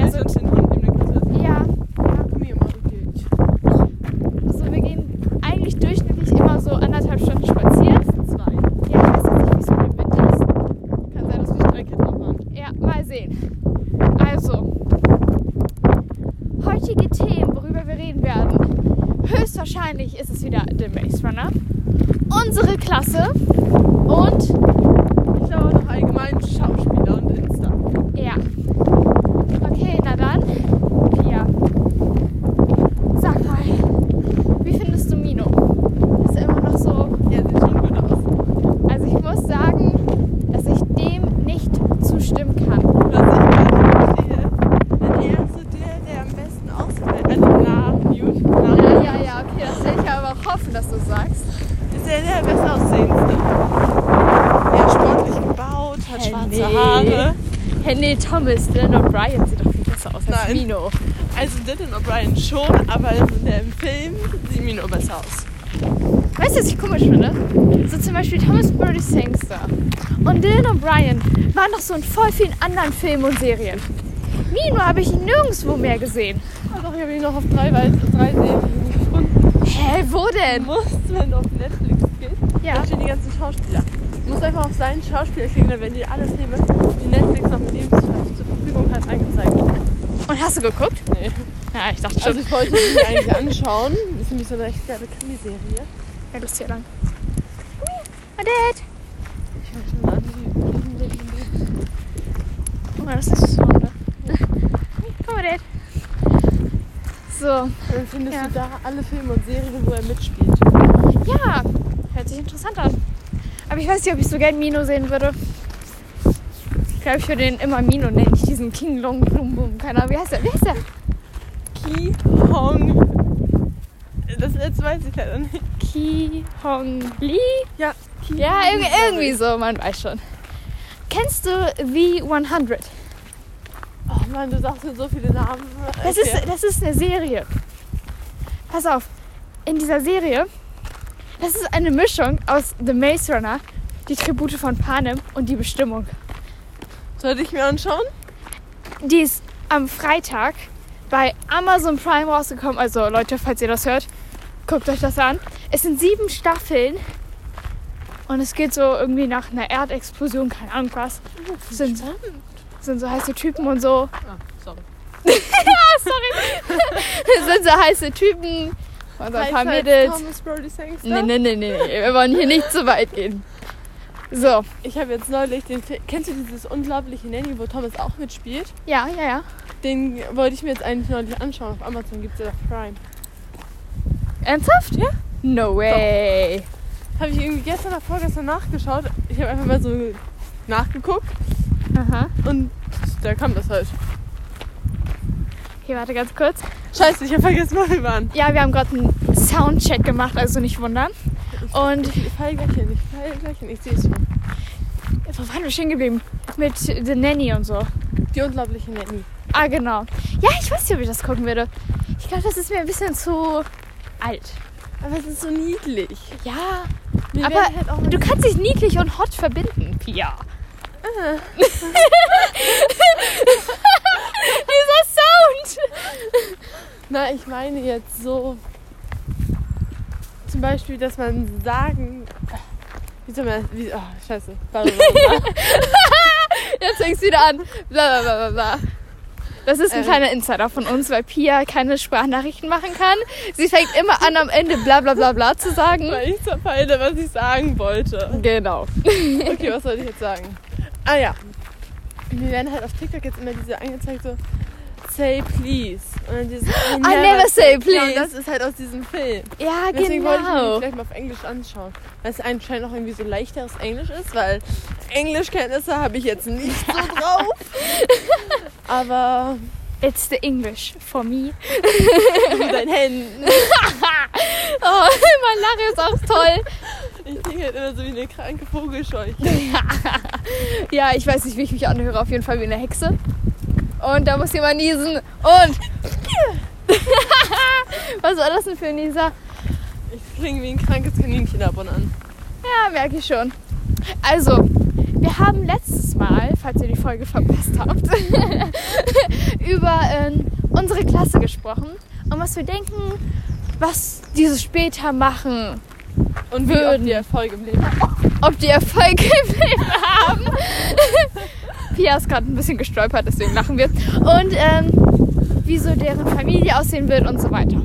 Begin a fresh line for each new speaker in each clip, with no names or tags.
also Also, heutige Themen, worüber wir reden werden. Höchstwahrscheinlich ist es wieder The Maze Runner. Unsere Klasse. Und
Ich glaube noch allgemein Schauspieler und Insta.
ja. Okay, na dann. Pia. Sag mal, wie findest du Mino? Ist er immer noch so
Ja, sieht schon gut aus.
Also ich muss sagen, dass ich dem nicht zustimmen kann.
Was ich gerade verstehe, wenn er so der, der am besten ausfällt, also nach Newt, nach
Ja, ja, ja, okay, das will ich ja aber auch hoffen, dass du sagst.
ist er der bestaussehendste. Er ist sportlich gebaut, hat
Hey,
schwarze
nee.
Haare.
Hey, nee, Thomas, Dylan O'Brien sieht doch viel besser aus als
Nein.
Mino.
Also Dylan O'Brien schon, aber in dem Film sieht Mino besser aus.
Weißt du, was ich komisch finde? So zum Beispiel Thomas Birdie Sangster und Dylan O'Brien waren doch so in voll vielen anderen Filmen und Serien. Mino habe ich nirgendwo mehr gesehen.
Aber doch, ich habe ihn noch auf drei, Weis- drei Serien gefunden.
Hä, wo denn?
Musst, wenn du auf Netflix gehst.
Ja.
Da stehen die ganzen Schauspieler. Du musst einfach auf seinen Schauspieler klicken, dann werden die alle Filme, die Netflix noch mit Lebensrecht zur Verfügung hat, angezeigt.
Und hast du geguckt?
Nee.
Ja, ich dachte schon.
Also ich wollte ihn eigentlich anschauen. Das ist nämlich so eine recht geile Krimiserie.
ja, das ist hier lang. My dad.
Ich höre schon an, wie
Guck mal, das ist so. Ne? Komm mal, Dad. So.
Dann findest
Ja.
du da alle Filme und Serien, wo er mitspielt.
Ja, hört sich interessant an. Aber ich weiß nicht, ob ich so gern Mino sehen würde. Ich glaube, ich würde den immer Mino nennen. Nicht diesen King Long Boom Boom. Keine Ahnung, wie heißt der? Wie heißt der?
Ki Hong. Das letzte weiß ich leider nicht.
Ki Hong Lee?
Ja, Ki
Ja,
Hong,
irgendwie,
sorry.
irgendwie so, man weiß schon. Kennst du The 100?
Oh Mann, du sagst mir so viele Namen.
Das ist, das ist eine Serie. Pass auf, in dieser Serie, das ist eine Mischung aus The Maze Runner, die Tribute von Panem und die Bestimmung.
Sollte ich mir anschauen?
Die ist am Freitag bei Amazon Prime rausgekommen. Also Leute, falls ihr das hört, guckt euch das an. Es sind sieben Staffeln und es geht so irgendwie nach einer Erdexplosion, keine Ahnung was. Sind, sind so heiße Typen und so.
Ah, sorry.
sind so heiße Typen Ne? und so ein paar Mädels.
Thomas Brody Sangster.
Nee, nee, nee, nee, nee. Wir wollen hier nicht zu weit gehen. So,
Ich habe jetzt neulich den Film. Kennst du dieses unglaubliche Nanny, wo Thomas auch mitspielt?
ja, ja, ja.
Den wollte ich mir jetzt eigentlich neulich anschauen. Auf Amazon gibt es ja auf Prime.
Ernsthaft?
Ja.
No way.
Habe ich irgendwie gestern oder vorgestern nachgeschaut. Ich habe einfach mal so nachgeguckt
Aha.
und da kam das halt.
Okay, warte ganz kurz.
Scheiße, ich habe vergessen, wo wir waren.
Ja, wir haben gerade einen Soundcheck gemacht, also nicht wundern. Und
Ich fall gleich hin, ich fall gleich hin, ich sehe es schon.
wo waren wir stehen geblieben? Mit The Nanny und so.
Die unglaubliche Nanny.
Ah, genau. Ja, ich weiß nicht, ob ich das gucken würde. Ich glaube, das ist mir ein bisschen zu alt.
Aber es ist so niedlich.
Ja,
Wir
Aber
werden halt auch mal-
du kannst dich niedlich und hot verbinden, Pia.
Äh.
Dieser Sound!
Na, ich meine jetzt so. Zum Beispiel, dass man sagen. Wie soll man. Wie, oh, scheiße. Warte, warte, warte.
Jetzt fängst du wieder an. Bla, bla, bla, bla, bla. Das ist ein
Ähm.
kleiner Insider von uns, weil Pia keine Sprachnachrichten machen kann. Sie fängt immer an, am Ende bla bla bla bla zu sagen.
Weil ich zerfeile, was ich sagen wollte.
Genau.
Okay, was soll ich jetzt sagen? Ah ja. Mir werden halt auf TikTok jetzt immer diese angezeigt so Say please. Und dann dieses I
never say
Ja, und
please.
das ist halt aus diesem Film.
Ja,
Deswegen wollte ich mir
genau.
den gleich mal auf Englisch anschauen. Weil es anscheinend auch irgendwie so leichteres Englisch ist, weil Englischkenntnisse habe ich jetzt nicht so drauf. Aber
It's the English for me.
mit deinen Händen.
Oh, mein Lachen ist auch toll.
Ich klinge halt immer so wie eine kranke Vogelscheuche.
Ja, ich weiß nicht, wie ich mich anhöre. Auf jeden Fall wie eine Hexe. Und da muss jemand niesen. Und. Was war das denn für ein Nieser?
Ich klinge wie ein krankes Kaninchen ab und an.
Ja, merke ich schon. Also, wir haben letztes Mal, falls ihr die Folge verpasst habt, über ähm, unsere Klasse gesprochen und was wir denken, was diese später machen,
Und wie
Würden.
oft die Erfolge im Leben.
ob die Erfolg im Leben haben. Pia ist gerade ein bisschen gestolpert, deswegen lachen wir. Und ähm, wie so deren Familie aussehen wird und so weiter.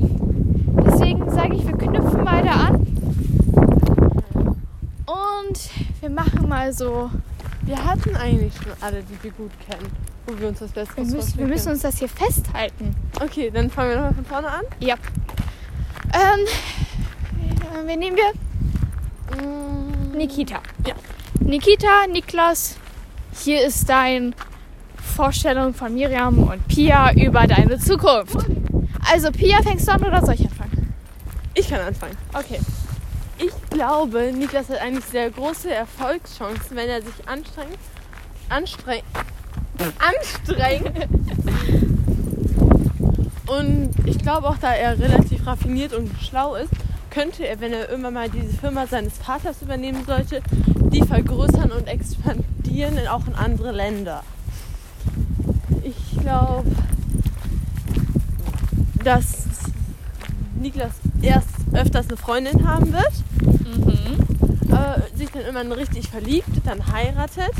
Deswegen sage ich, wir knüpfen mal da an. Und wir machen mal so.
Wir hatten eigentlich schon alle, die wir gut kennen, wo wir uns das Beste
Wir müssen, wir müssen uns das hier festhalten.
Okay, dann fangen wir nochmal von vorne an.
Ja. Ähm, äh, wen nehmen wir? Mm. Nikita.
Ja.
Nikita, Niklas, hier ist dein Vorstellung von Miriam und Pia über deine Zukunft. Also Pia, fängst du an oder soll ich anfangen?
Ich kann anfangen.
Okay.
Ich glaube, Niklas hat eigentlich sehr große Erfolgschancen, wenn er sich anstrengt. Anstrengt. Anstrengt. und ich glaube auch, da er relativ raffiniert und schlau ist, könnte er, wenn er irgendwann mal diese Firma seines Vaters übernehmen sollte, die vergrößern und expandieren in, auch in andere Länder. Ich glaube, dass Niklas erst öfters eine Freundin haben wird äh, sich dann irgendwann richtig verliebt, dann heiratet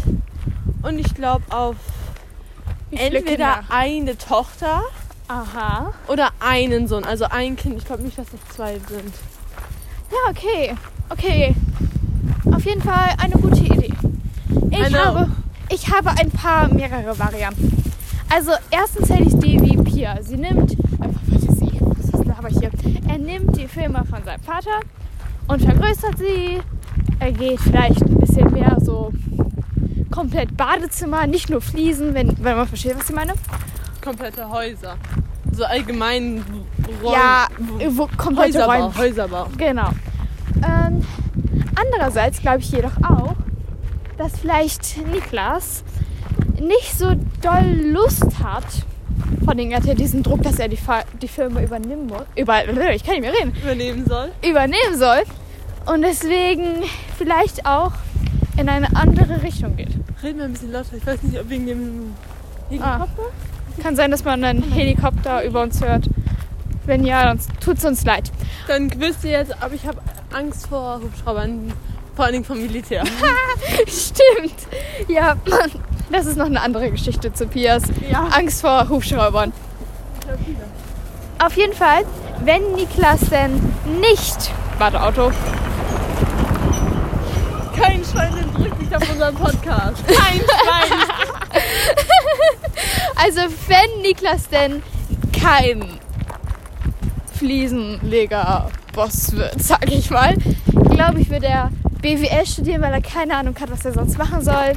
und ich glaube auf
Wie viele
entweder
Kinder?
eine Tochter
Aha.
oder einen Sohn, also ein Kind. Ich glaube nicht, dass das zwei sind.
Ja, okay. Okay. Auf jeden Fall eine gute Idee. Ich,
Eine-
habe, ich habe ein paar mehrere Varianten. Also erstens hätte ich die wie Pia. Sie nimmt. Äh, warte, sie- Was laber ich hier? Er nimmt die Firma von seinem Vater und vergrößert sie. Er geht vielleicht ein bisschen mehr so komplett Badezimmer, nicht nur Fliesen, wenn, wenn man versteht, was ich meine.
Komplette Häuser. So allgemein Räume.
Ja, wo komplette Räume.
Häuserbau.
Genau. Ähm, andererseits glaube ich jedoch auch, dass vielleicht Niklas nicht so doll Lust hat, von dem hat er diesen Druck, dass er die, Fa die Firma übernehmen muss. Über ich kann nicht mehr reden.
Übernehmen soll.
Übernehmen soll. Und deswegen vielleicht auch in eine andere Richtung geht.
Reden wir ein bisschen lauter. Ich weiß nicht, ob wegen dem
Ah.
Helikopter.
Kann sein, dass man einen Helikopter über uns hört. Wenn ja, dann tut's uns leid.
Dann wisst ihr jetzt, aber ich habe Angst vor Hubschraubern. Vor allen Dingen vom Militär.
Stimmt. Ja, das ist noch eine andere Geschichte zu Pias.
Ja.
Angst vor Hubschraubern. Auf jeden Fall, wenn Niklas denn nicht. Warte, Auto.
Kein Schwein drückt dich auf unseren Podcast. Kein Schwein.
Also, wenn Niklas denn kein Fliesenleger-Boss wird, sag ich mal, glaube ich, wird er BWL studieren, weil er keine Ahnung hat, was er sonst machen soll.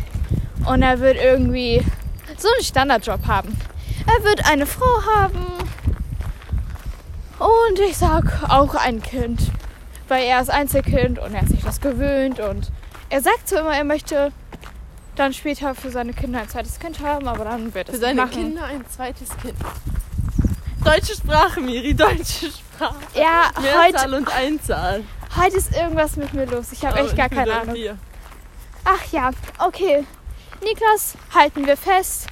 Und er wird irgendwie so einen Standardjob haben. Er wird eine Frau haben. Und ich sag auch ein Kind. Weil er ist Einzelkind und er ist sich das gewöhnt. Und er sagt so immer, er möchte dann später für seine Kinder ein zweites Kind haben, aber dann wird es
Für seine
machen.
Kinder ein zweites Kind. Deutsche Sprache, Miri, deutsche Sprache.
Ja, heute,
Mehrzahl und Einzahl.
heute ist irgendwas mit mir los. Ich habe
Oh,
echt gar
ich bin
keine
dann
Ahnung.
hier.
Ach ja, okay. Niklas, halten wir fest.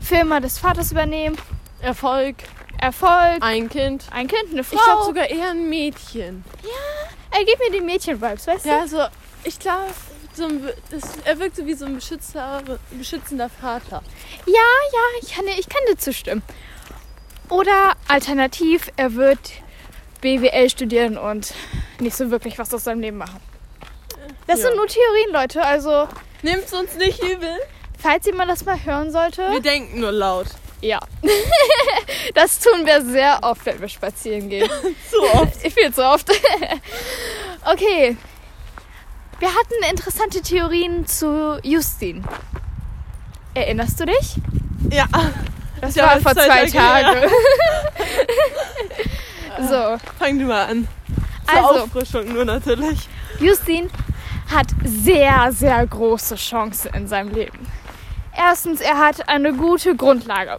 Firma des Vaters übernehmen.
Erfolg,
Erfolg.
ein Kind.
Ein Kind, eine Frau.
Ich glaube sogar eher ein Mädchen.
Ey, gib mir die Mädchen-Vibes, weißt
Ja, so, ich glaube, so ein- das- er wirkt so wie so ein Beschützer, beschützender Vater.
du? Ja, ja, ich kann, dir- ich kann dir zustimmen. Oder alternativ, er wird BWL studieren und nicht so wirklich was aus seinem Leben machen. Das
Ja.
sind nur Theorien, Leute. Also,
Nimmt's uns nicht übel.
falls jemand das mal hören sollte.
Wir denken nur laut.
Ja. Das tun wir sehr oft, wenn wir spazieren gehen.
So oft.
Ich viel zu oft. Okay. Wir hatten interessante Theorien zu Justin. Erinnerst du dich?
Ja.
Das
Ja,
war
das
vor
ist
zwei
zwei Tage
Tagen. so,
Fang du mal an. Zur
Also.
Auffrischung nur natürlich.
Justin hat sehr, sehr große Chancen in seinem Leben. Erstens, er hat eine gute Grundlage.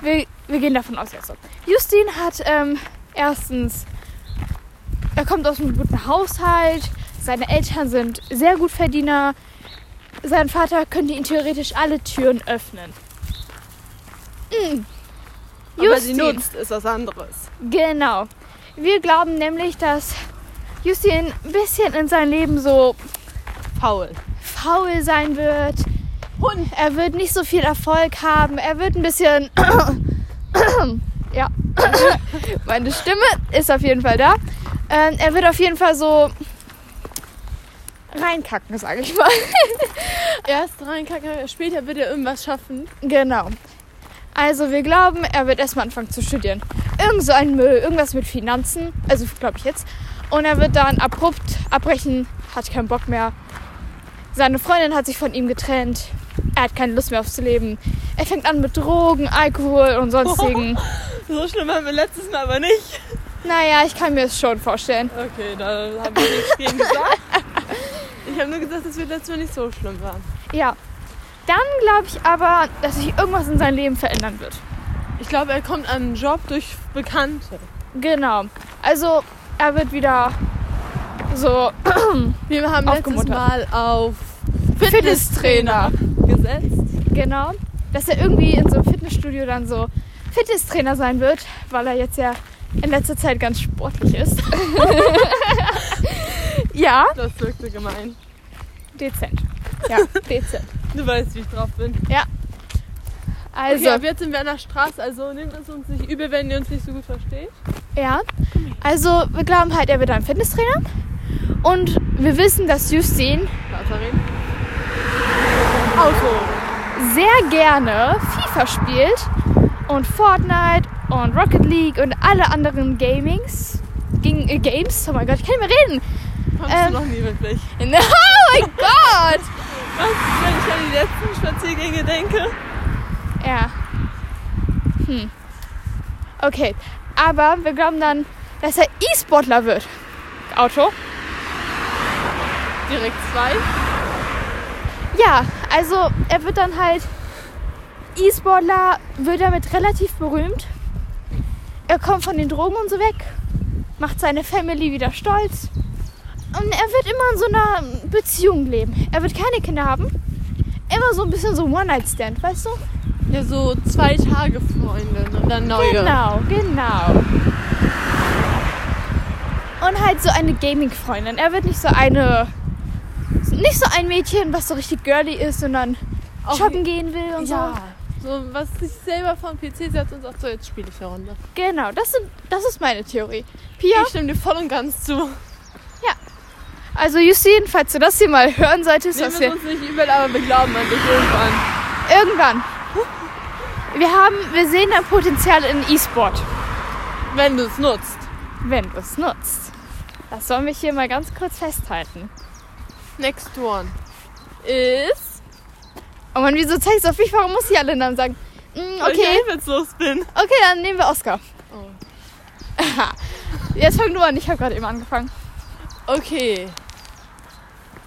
Wir, wir gehen davon aus jetzt so. Justin hat ähm, erstens, er kommt aus einem guten Haushalt, seine Eltern sind sehr gut Verdiener, sein Vater könnte ihn theoretisch alle Türen öffnen. Mm.
Aber sie nutzt, ist was anderes.
Genau. Wir glauben nämlich, dass Justin ein bisschen in seinem Leben so
Faul.
faul sein wird.
Hund.
Er wird nicht so viel Erfolg haben. Er wird ein bisschen ja. Meine Stimme ist auf jeden Fall da. Ähm, er wird auf jeden Fall so reinkacken, sage ich mal.
Erst reinkacken, später wird er irgendwas schaffen.
Genau. Also wir glauben, er wird erstmal anfangen zu studieren. Irgend so ein Müll, irgendwas mit Finanzen, also glaube ich jetzt. Und er wird dann abrupt abbrechen, hat keinen Bock mehr. Seine Freundin hat sich von ihm getrennt. Er hat keine Lust mehr aufs Leben. Er fängt an mit Drogen, Alkohol und sonstigen.
So schlimm haben wir letztes Mal aber nicht.
Naja, ich kann mir es schon vorstellen.
Okay, da haben wir nichts gegen gesagt. Ich habe nur gesagt, dass wir letztes Mal nicht so schlimm waren.
Ja. Dann glaube ich aber, dass sich irgendwas in seinem Leben verändern wird.
Ich glaube, er kommt an einen Job durch Bekannte.
Genau. Also er wird wieder so
Wir haben letztes Mal
Aufgemuntert.
auf
Fitnesstrainer.
gesetzt.
Genau. Dass er irgendwie in so einem Fitnessstudio dann so Fitnesstrainer sein wird, weil er jetzt ja in letzter Zeit ganz sportlich ist. ja,
Das wirkte gemein.
dezent. Ja, dezent.
Du weißt, wie ich drauf bin. Also,
Also,
okay, ab jetzt sind wir an der Straße, also nehmt es uns nicht übel, wenn ihr uns nicht so gut versteht.
ja. Also, wir glauben halt, er wird ein Fitnesstrainer. Und wir wissen, dass Justin
Katharin. Auto.
sehr gerne FIFA spielt und Fortnite und Rocket League und alle anderen Gamings. Ging, äh, Games? Oh mein Gott, ich kann nicht mehr reden.
Kommst
Ähm.
du noch nie wirklich.
Oh mein Gott!
Was, wenn ich an die letzten Spaziergänge denke?
Ja. Hm. Okay. Aber wir glauben dann, dass er E-Sportler wird. Auto?
Direkt zwei.
Ja, also er wird dann halt E-Sportler, wird damit relativ berühmt. Er kommt von den Drogen und so weg, macht seine Family wieder stolz. Und er wird immer in so einer Beziehung leben. Er wird keine Kinder haben. Immer so ein bisschen so One-Night-Stand, weißt du?
Ja, so zwei Tage Freundin und dann neue.
Genau, genau. Und halt so eine Gaming-Freundin. Er wird nicht so eine. Nicht so ein Mädchen, was so richtig girly ist und dann
Auch-
shoppen gehen will und so.
Ja. So, was sich selber vom PC setzt und sagt, so, jetzt spiele ich eine Runde.
Genau, das, sind, das ist meine Theorie. Pia,
Ich stimme dir voll und ganz zu.
also Justine, falls du das hier mal hören solltest,
Nehmen
was
wir
wir
uns nicht übel, aber wir glauben an dich irgendwann.
irgendwann. Wir haben, wir sehen da Potenzial in E-Sport,
Wenn du es nutzt.
wenn du es nutzt. Das sollen wir hier mal ganz kurz festhalten.
Next one ist...
Oh man, wieso zeigst du auf mich? Warum muss ich alle Namen sagen? Mm,
Weil
Okay,
Ich jetzt los bin.
okay, dann nehmen wir Oscar.
Oh.
Jetzt fang du an, ich habe gerade eben angefangen.
Okay.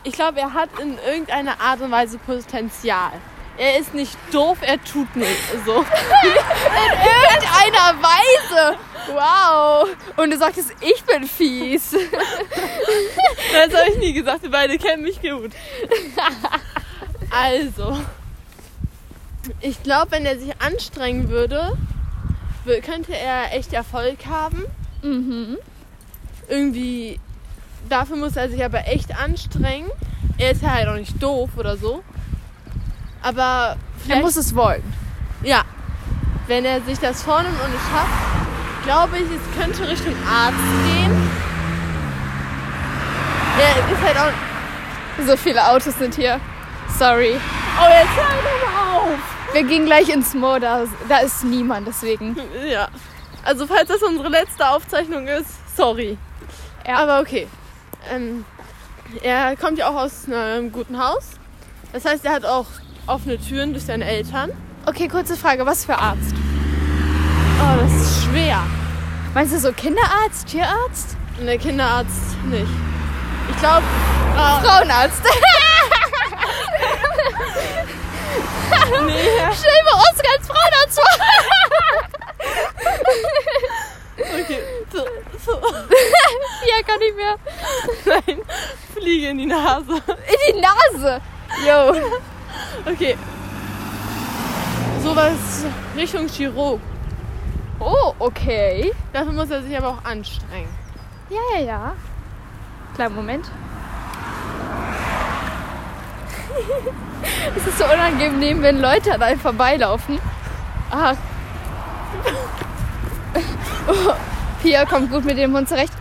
Ich glaube, er hat in irgendeiner Art und Weise Potenzial. Er ist nicht doof, er tut nichts. So.
Irgendeiner Weise! Wow! Und du sagtest, ich bin fies.
Das habe ich nie gesagt, wir beide kennen mich gut. Also, ich glaube, wenn er sich anstrengen würde, wö- könnte er echt Erfolg haben.
Mhm.
Irgendwie, dafür muss er sich aber echt anstrengen. Er ist ja halt auch nicht doof oder so. Aber
Er
vielleicht,
muss es wollen.
ja, wenn er sich das vornimmt und es schafft, glaube ich, es könnte Richtung Arzt gehen. Er ist halt auch
So viele Autos sind hier. Sorry.
Oh, jetzt hör doch mal auf!
Wir gehen gleich ins Moor, da, da ist niemand, deswegen.
Ja. Also, falls das unsere letzte Aufzeichnung ist, sorry.
Ja.
Aber okay. Ähm, er kommt ja auch aus einem guten Haus. Das heißt, er hat auch offene Türen durch seine Eltern.
Okay, kurze Frage, was für Arzt?
Oh, das ist schwer.
Meinst du so Kinderarzt, Tierarzt?
Und der Kinderarzt nicht. Ich glaube, äh,
Frauenarzt.
nee.
Stell mir Oskar als Frauenarzt vor.
Okay. So, so.
Ja, kann nicht mehr.
Nein, Fliege in die Nase.
In die Nase. Yo.
Okay. Sowas Richtung Chirurg.
Oh, okay.
Dafür muss er sich aber auch anstrengen.
Ja, ja, ja. Kleinen Moment. Es ist so unangenehm, wenn Leute an einem vorbeilaufen. Ah. Oh, Pia kommt gut mit dem Hund zurecht.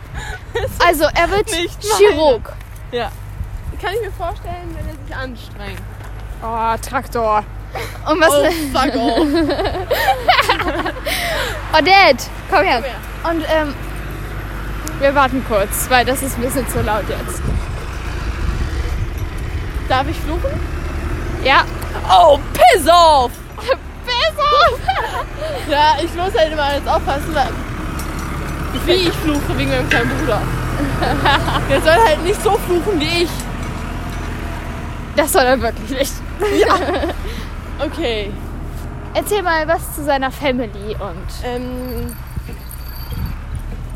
Also er wird
Nicht meine.
Chirurg.
Ja. Kann ich mir vorstellen, wenn er sich anstrengt.
Oh, Traktor. Und was?
Oh, fuck off.
Odette, komm her.
Komm her.
Und ähm, wir warten kurz, weil das ist ein bisschen zu laut jetzt.
Darf ich fluchen?
Ja.
Oh, piss off!
Besser.
Ja, ich muss halt immer jetzt aufpassen, weil- wie ich fluche wegen meinem kleinen Bruder. Der soll halt nicht so fluchen wie ich.
Das soll er wirklich nicht.
Okay.
Erzähl mal was zu seiner Family und
Ähm,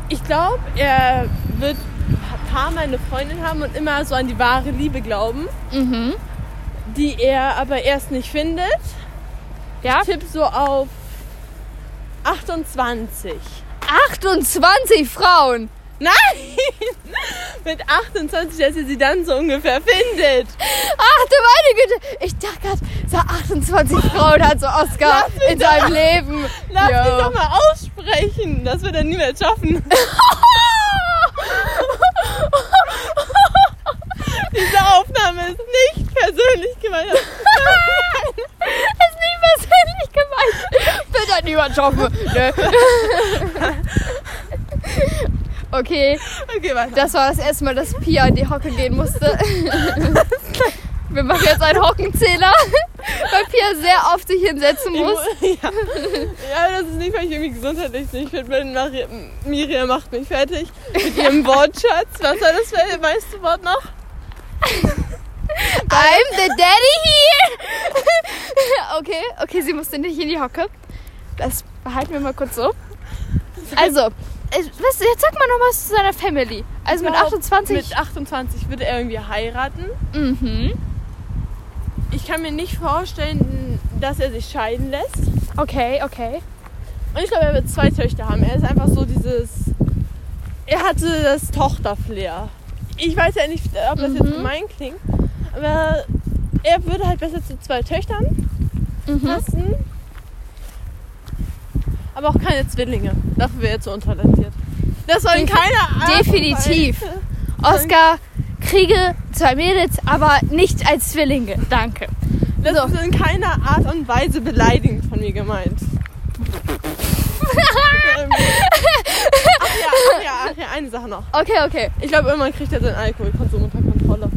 ich glaube, er wird ein paar Mal eine Freundin haben und immer so an die wahre Liebe glauben,
mhm.
die er aber erst nicht findet.
ja.
Tipp so auf 28.
28 Frauen.
Nein! Mit 28, dass er sie dann so ungefähr findet.
Ach du meine Güte. Ich dachte gerade, so 28 Frauen hat so Oscar in seinem Leben.
Lass
Jo.
mich doch mal aussprechen. Das wird er niemals schaffen. Diese Aufnahme ist nicht persönlich gemeint.
ist nicht persönlich gemeint. Wird halt niemand schaffen. Ne? Okay,
Okay, weiter.
das war das erste Mal, dass Pia in die Hocke gehen musste. Wir machen jetzt einen Hockenzähler, weil Pia sehr oft sich hinsetzen
Ich mu-
muss.
Ja. ja, das ist nicht, weil ich irgendwie gesundheitlich nicht fit bin. Mari- Miriam macht mich fertig mit ihrem Wortschatz. Was war das für- meiste Wort noch?
I'm the daddy here. Okay, okay, sie musste nicht in die Hocke. Das behalten wir mal kurz so. Also, äh, was, jetzt sag mal noch was zu seiner Family. Also mit
Glaub,
28.
Mit 28 würde er irgendwie heiraten.
mhm.
Ich kann mir nicht vorstellen, dass er sich scheiden lässt.
Okay, okay.
Und ich glaube, er wird zwei Töchter haben. Er ist einfach so dieses. Er hatte das Tochterflair. Ich weiß ja nicht, ob das jetzt
Mhm.
gemein klingt, aber er würde halt besser zu zwei Töchtern
Mhm.
passen. Aber auch keine Zwillinge. Dafür wäre er zu untalentiert. Das sollen
Defi-
keine Art und
definitiv.
Weise-
Oscar, kriege zwei Mädels, aber nicht als Zwillinge. Danke.
Das ist in keiner Art und Weise beleidigend von mir gemeint. Ähm, ach ja, ach ja, ach ja, eine Sache noch.
Okay, okay.
Ich glaube, irgendwann kriegt er seinen Alkoholkonsum unter Kontrolle.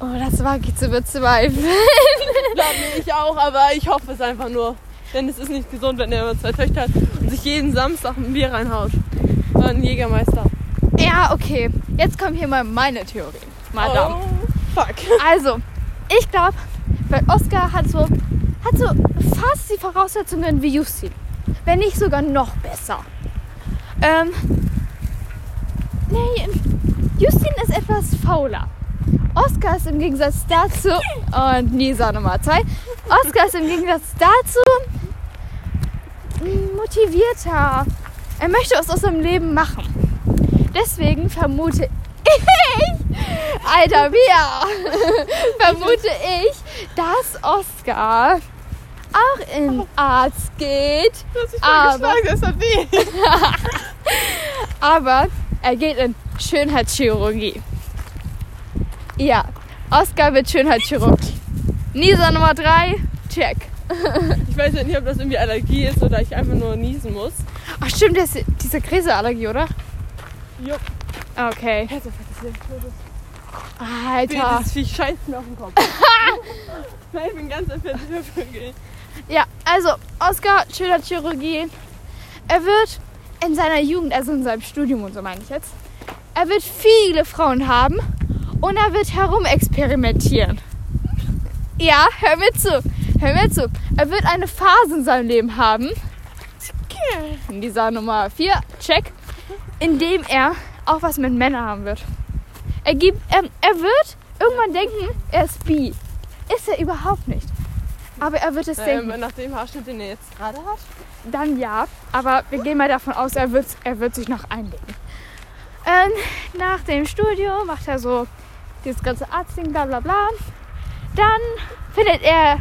Oh, das war zu bezweifeln.
Glaube ich auch, aber ich hoffe es einfach nur. Denn es ist nicht gesund, wenn er immer zwei Töchter hat und sich jeden Samstag ein Bier reinhaut. Oder einen Jägermeister.
Ja, okay. Jetzt kommen hier mal meine Theorien. Madame.
Oh, fuck.
Also, ich glaube, weil Oscar hat so, hat so fast die Voraussetzungen wie Justin. Wenn nicht sogar noch besser. Ähm, nee, Justin ist etwas fauler. Oscar ist im Gegensatz dazu, und Nisa Nummer 2, Oscar ist im Gegensatz dazu mm, motivierter. Er möchte was aus seinem Leben machen. Deswegen vermute ich, alter Mia, vermute ich, dass Oscar auch in Arzt geht,
Du hast mich
Aber-
voll geschlagen, das hat weh.
aber er geht in Schönheitschirurgie. Ja, Oscar wird Schönheitschirurg. Nisa Nummer 3, check.
Ich weiß halt nicht, ob das irgendwie Allergie ist oder ich einfach nur niesen muss.
Ach stimmt, das ist diese Gräserallergie, oder?
Jupp.
Okay.
Herzinfarkt ist sehr todes.
Alter.
Dieses Viech scheißt mir auf den Kopf. Nein, ich bin ganz empfindlich für Vögel.
Ja, also Oscar Schiller Chirurgie. Er wird in seiner Jugend, also in seinem Studium und so meine ich jetzt, er wird viele Frauen haben und er wird herumexperimentieren. Ja, hör mir zu. Hör mir zu. Er wird eine Phase in seinem Leben haben. In dieser Nummer 4, check. In dem er auch was mit Männern haben wird. Er, gibt, ähm, er wird irgendwann denken, er ist bi. Ist er überhaupt nicht. Aber er wird es denken.
Ähm, nach dem Haarschnitt, den er jetzt gerade hat.
Dann ja, aber wir gehen mal davon aus, er wird, er wird sich noch einlegen. Ähm, nach dem Studio macht er so dieses ganze Arztding, bla bla bla. Dann findet er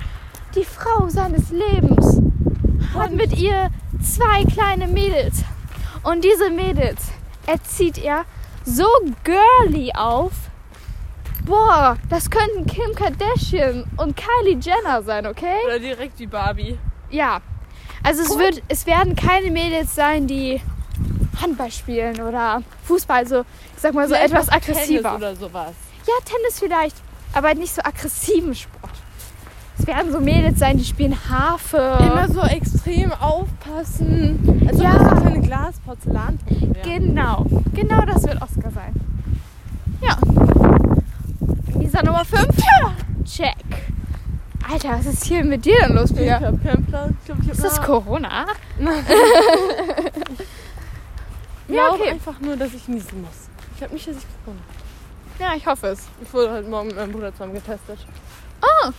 die Frau seines Lebens, hat mit ihr zwei kleine Mädels. Und diese Mädels erzieht er so girly auf. Boah, das könnten Kim Kardashian und Kylie Jenner sein, okay?
Oder direkt wie Barbie.
Ja. Also es,
Cool.
wird, es werden keine Mädels sein, die Handball spielen oder Fußball, also ich sag mal so
Vielleicht
etwas
noch Tennis
aggressiver.
oder sowas.
Ja, Tennis vielleicht, aber nicht so aggressiven Sport. Es werden so Mädels sein, die spielen Harfe.
Immer so extrem aufpassen. Also
Ja.
ja. so kleine Glasporzellan.
Genau, genau das wird Oscar sein. Ja. Lisa Nummer 5. Check. Alter, was ist hier mit dir denn los,
Ja.
Digga? Ist das Corona?
Ich
Ja,
glaube
okay.
einfach nur, dass ich niesen muss. Ich glaube nicht, dass ich Corona habe.
Ja, ich hoffe es.
Ich wurde heute Morgen mit meinem Bruder zusammen getestet.
Ah.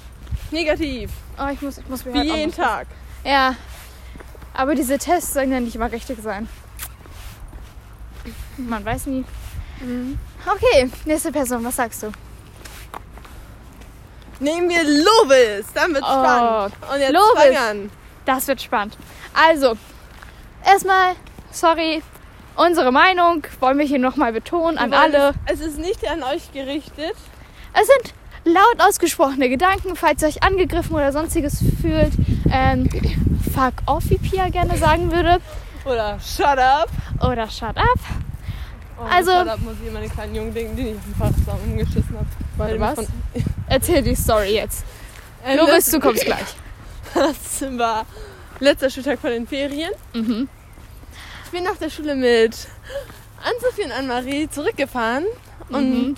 Negativ.
Oh, ich muss, ich muss mir
Wie
halt auch
jeden
noch-
Tag.
Ja. Aber diese Tests sollen ja nicht immer richtig sein. Man weiß nie. Mhm. Okay, nächste Person, was sagst du?
Nehmen wir Lovis. Dann wird's
Oh,
spannend. Und jetzt
Lovis.
fang an.
Das wird spannend. Also, erstmal, sorry, unsere Meinung wollen wir hier nochmal betonen an
Wir wollen-
alle.
Es ist nicht an euch gerichtet.
Es sind laut ausgesprochene Gedanken, falls ihr euch angegriffen oder sonstiges fühlt. Ähm, fuck off, wie Pia gerne sagen würde.
Oder shut up.
Oder shut up.
Oh,
Also-
shut up muss ich an meine kleinen Jungen denken, die ich auf dem Fahrrad umgeschissen habe.
Warte, was? Erzähl die Story jetzt. Du bist, du kommst gleich.
Das war letzter Schultag von den Ferien.
Mhm.
Ich bin nach der Schule mit Ann-Sophie und Anne-Marie zurückgefahren und
Mhm.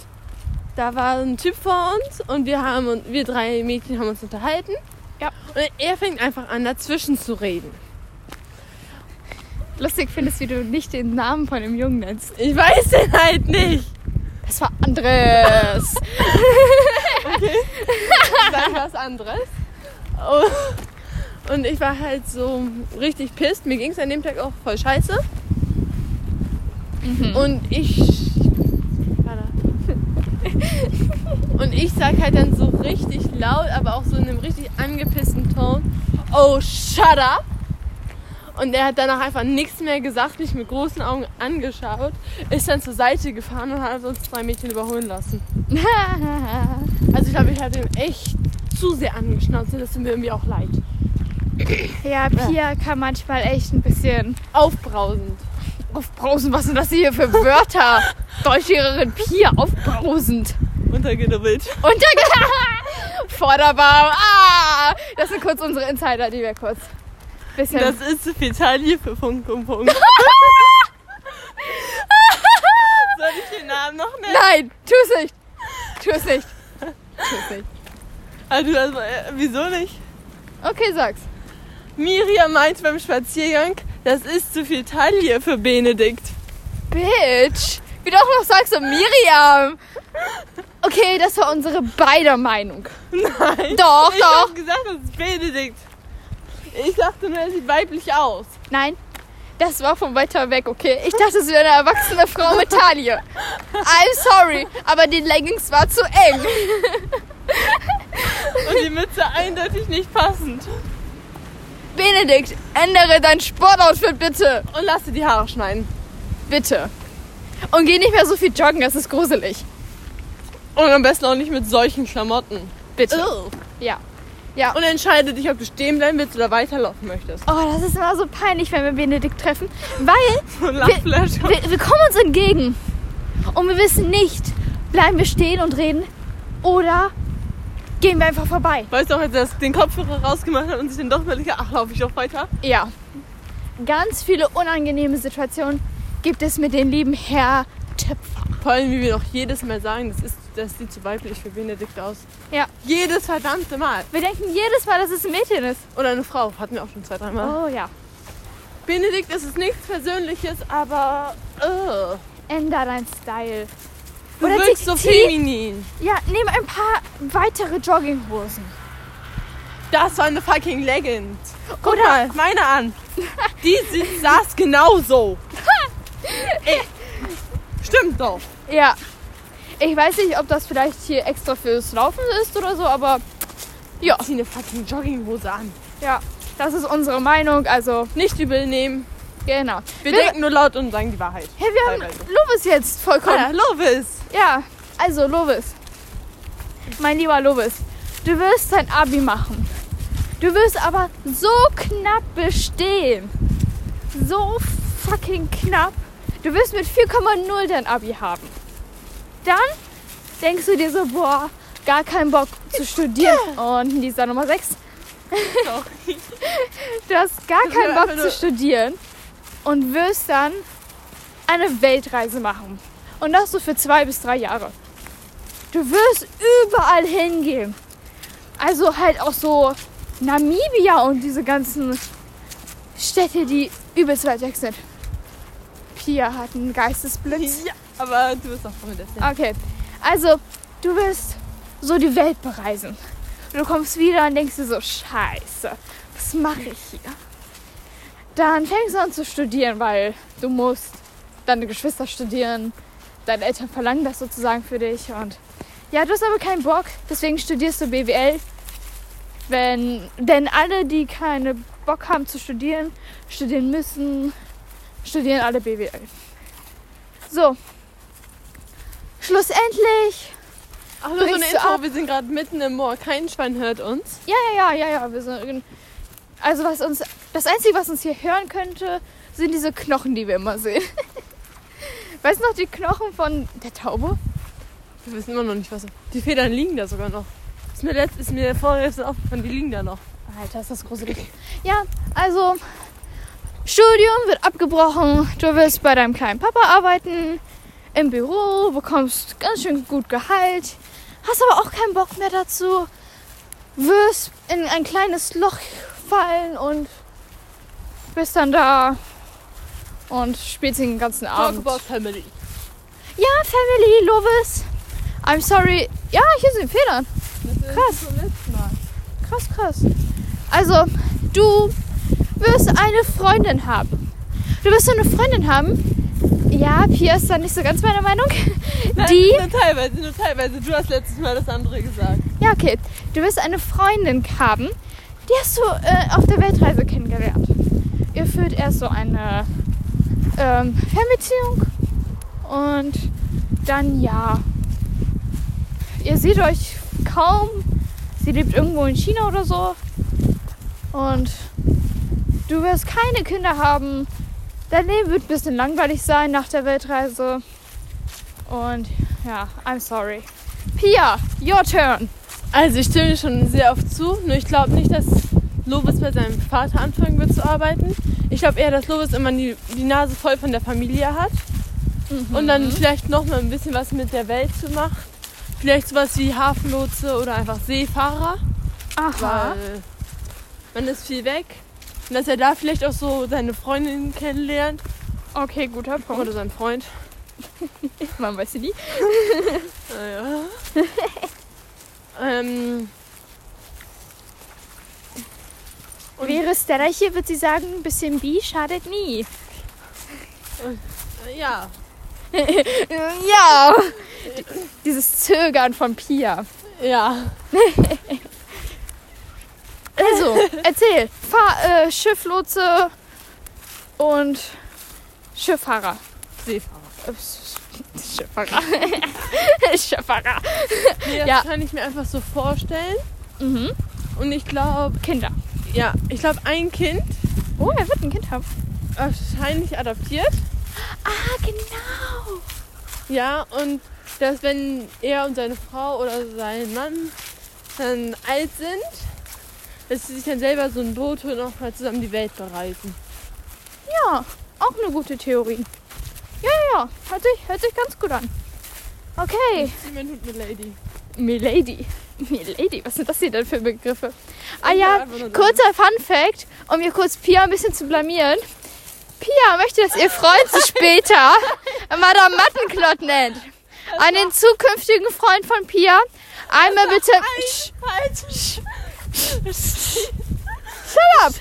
da war ein Typ vor uns und wir haben und wir drei Mädchen haben uns unterhalten.
Ja.
Und er fängt einfach an dazwischen zu reden.
Lustig findest, wie du nicht den Namen von dem Jungen nennst.
Ich weiß den halt nicht.
Das war Andres.
Sag was anderes. Und- Und ich war halt so richtig pisst. Mir ging es an dem Tag auch voll scheiße.
Mhm.
Und ich. Warte. Und ich sag halt dann so richtig laut, aber auch so in einem richtig angepissten Ton: Oh, shut up! Und er hat danach einfach nichts mehr gesagt, mich mit großen Augen angeschaut, ist dann zur Seite gefahren und hat uns zwei Mädchen überholen lassen. Also ich glaube, ich habe ihm echt zu sehr angeschnauzt und das tut mir irgendwie auch leid.
ja, Pia kann manchmal echt ein bisschen
Aufbrausend.
aufbrausend. Was sind das hier für Wörter? Deutschlehrerin Pia, aufbrausend.
Untergenubbelt.
Unterge Vorderbaum. Ah! Das sind kurz unsere Insider, die wir kurz. Bisschen.
Das ist zu viel Taille für Funk und Funk. Soll ich den Namen noch nennen?
Nein, tu's nicht. Tu's nicht. Tu's nicht.
Also, das war- äh, wieso nicht?
Okay, sag's.
Miriam meint beim Spaziergang, das ist zu viel Taille für Benedikt.
Bitch. Wie du auch noch sagst, so Miriam. Okay, das war unsere beider Meinung.
Nein.
Doch,
ich
doch.
hab gesagt, das ist Benedikt. Ich dachte nur, er sieht weiblich aus.
Nein, das war von weiter weg, okay? Ich dachte, es wäre eine erwachsene Frau mit Taille. I'm sorry, aber die Leggings war zu eng.
Und die Mütze eindeutig nicht passend.
Benedikt, ändere dein Sportoutfit bitte.
Und lass dir die Haare schneiden.
Bitte. Und geh nicht mehr so viel joggen, das ist gruselig.
Und am besten auch nicht mit solchen Klamotten.
Bitte.
Ugh.
Ja.
Und entscheide dich, ob du stehen bleiben willst oder weiterlaufen möchtest.
Oh, das ist immer so peinlich, wenn wir Benedikt treffen, weil
Und Lachflash.
wir, wir kommen uns entgegen und wir wissen nicht, bleiben wir stehen und reden oder gehen wir einfach vorbei.
Weißt du auch, als er das- den Kopfhörer rausgemacht hat und sich dann doch mal ach, laufe ich doch weiter?
Ja. Ganz viele unangenehme Situationen gibt es mit dem lieben Herr Töpfer.
Vor allem, wie wir doch jedes Mal sagen, das, ist, das sieht zu weiblich für Benedikt aus.
Ja.
Jedes verdammte Mal.
Wir denken jedes Mal, dass es ein Mädchen ist.
Oder eine Frau, hatten wir auch schon zwei, dreimal. Mal.
Oh ja.
Benedikt, es ist nichts Persönliches, aber. Ugh.
Änder dein Style.
Du
Oder
wirkst so
TikTok.
feminin.
Ja, nimm ein paar weitere Jogginghosen.
Das war eine fucking Legend. Guck
Oder-
mal, meine an. Die sieht, saß genauso. Ey. Stimmt doch.
Ja. Ich weiß nicht, ob das vielleicht hier extra fürs Laufen ist oder so, aber ja.
Zieh eine fucking Jogginghose an.
Ja. Das ist unsere Meinung, also
Nicht übel nehmen.
genau.
Wir,
Wir-
denken nur laut und sagen die Wahrheit.
Hey, wir haben
Teilweise.
Lovis jetzt vollkommen.
Ah, Lovis!
Ja, also Lovis. Mein lieber Lovis, du wirst dein Abi machen. Du wirst aber so knapp bestehen. So fucking knapp. Du wirst mit 4,0 dein Abi haben. Dann denkst du dir so, boah, gar keinen Bock zu studieren. Und dieser Nummer 6. Du hast gar
Das
keinen
war einfach
Bock
nur-
zu studieren und wirst dann eine Weltreise machen. Und das so für zwei bis drei Jahre. Du wirst überall hingehen. Also halt auch so Namibia und diese ganzen Städte, die übelst weit weg sind. Pia hat einen Geistesblitz.
Ja, aber du bist auch froh mit der Szene.
Okay, also du wirst so die Welt bereisen. Und du kommst wieder und denkst dir so, scheiße, was mache ich hier? Dann fängst du an zu studieren, weil du musst. Deine Geschwister studieren, deine Eltern verlangen das sozusagen für dich. Und ja, du hast aber keinen Bock, deswegen studierst du BWL. Wenn, denn alle, die keine Bock haben zu studieren, studieren müssen, studieren alle BWL. So, schlussendlich
Ach, nur so eine
brichst du
Info,
ab.
wir sind gerade mitten im Moor. Kein Schwein hört uns.
Ja, ja, ja, ja, ja. Wir sind, also was uns, das Einzige, was uns hier hören könnte, sind diese Knochen, die wir immer sehen. Weißt du noch, die Knochen von der Taube?
Wir wissen immer noch nicht, was. Die Federn liegen da sogar noch. Ist mir, letzt, ist mir vorgestern aufgefallen, die liegen da noch.
Alter, ist das gruselig. Ja, also Studium wird abgebrochen. Du willst bei deinem kleinen Papa arbeiten, im Büro, bekommst ganz schön gut Gehalt, hast aber auch keinen Bock mehr dazu, wirst in ein kleines Loch fallen und bist dann da und spielst den ganzen
Talk
Abend.
about family.
Ja, Family, Lovis. I'm sorry. Ja, hier sind Federn. Krass.
Krass. letzten Mal.
Krass, krass. Also, du wirst eine Freundin haben. Du wirst so eine Freundin haben. Ja, Pia ist da nicht so ganz meiner Meinung.
Nein,
Die.
Nur teilweise, nur teilweise. Du hast letztes Mal das andere gesagt.
Ja, okay. Du wirst eine Freundin haben. Die hast du äh, auf der Weltreise kennengelernt. Ihr führt erst so eine ähm, Fernbeziehung. Und dann ja. Ihr seht euch kaum. Sie lebt irgendwo in China oder so. Und du wirst keine Kinder haben. Dein Leben wird ein bisschen langweilig sein nach der Weltreise. Und ja, I'm sorry. Pia, your turn.
Also ich stimme dir schon sehr oft zu, nur ich glaube nicht, dass Lovis bei seinem Vater anfangen wird zu arbeiten. Ich glaube eher, dass Lovis immer die, die Nase voll von der Familie hat und dann vielleicht noch mal ein bisschen was mit der Welt zu machen. Vielleicht sowas wie Hafenlotse oder einfach Seefahrer,
Aha.
weil man ist viel weg. Und dass er da vielleicht auch so seine Freundin kennenlernt
Okay, guter Punkt.
oder seinen Freund.
Man weiß sie nie.
Naja. ähm, Und-
Wäre Stella hier, wird sie sagen, ein bisschen Bi schadet nie.
ja, Äh,
Ja. Dieses Zögern von Pia.
ja.
Also, erzähl. Fahr, äh, Schifflotse und Schifffahrer.
Seefahrer.
Ups, Schifffahrer. Schifffahrer.
Nee, das
Ja.
kann ich mir einfach so vorstellen.
Mhm.
Und ich glaube,
Kinder.
ja, ich glaube, ein Kind,
Oh, er wird ein Kind haben.
wahrscheinlich adoptiert.
Ah, genau.
Ja, und dass wenn er und seine Frau oder sein Mann dann alt sind, dass sie sich dann selber so ein Boot holen und auch mal zusammen die Welt bereisen.
Ja, auch eine gute Theorie. Ja, ja, ja. Hört sich, hört sich ganz gut an. Okay.
Simon tut mit Lady.
Milady. Milady, was sind das hier denn für Begriffe? Ah
Ich
ja,
war einfach nur
kurzer Fun Fact, um hier kurz Pia ein bisschen zu blamieren. Pia möchte, dass ihr Freund sie später Madame Mattenklott nennt. An den zukünftigen Freund von Pia. Einmal bitte. Sch,
Halt!
shut up!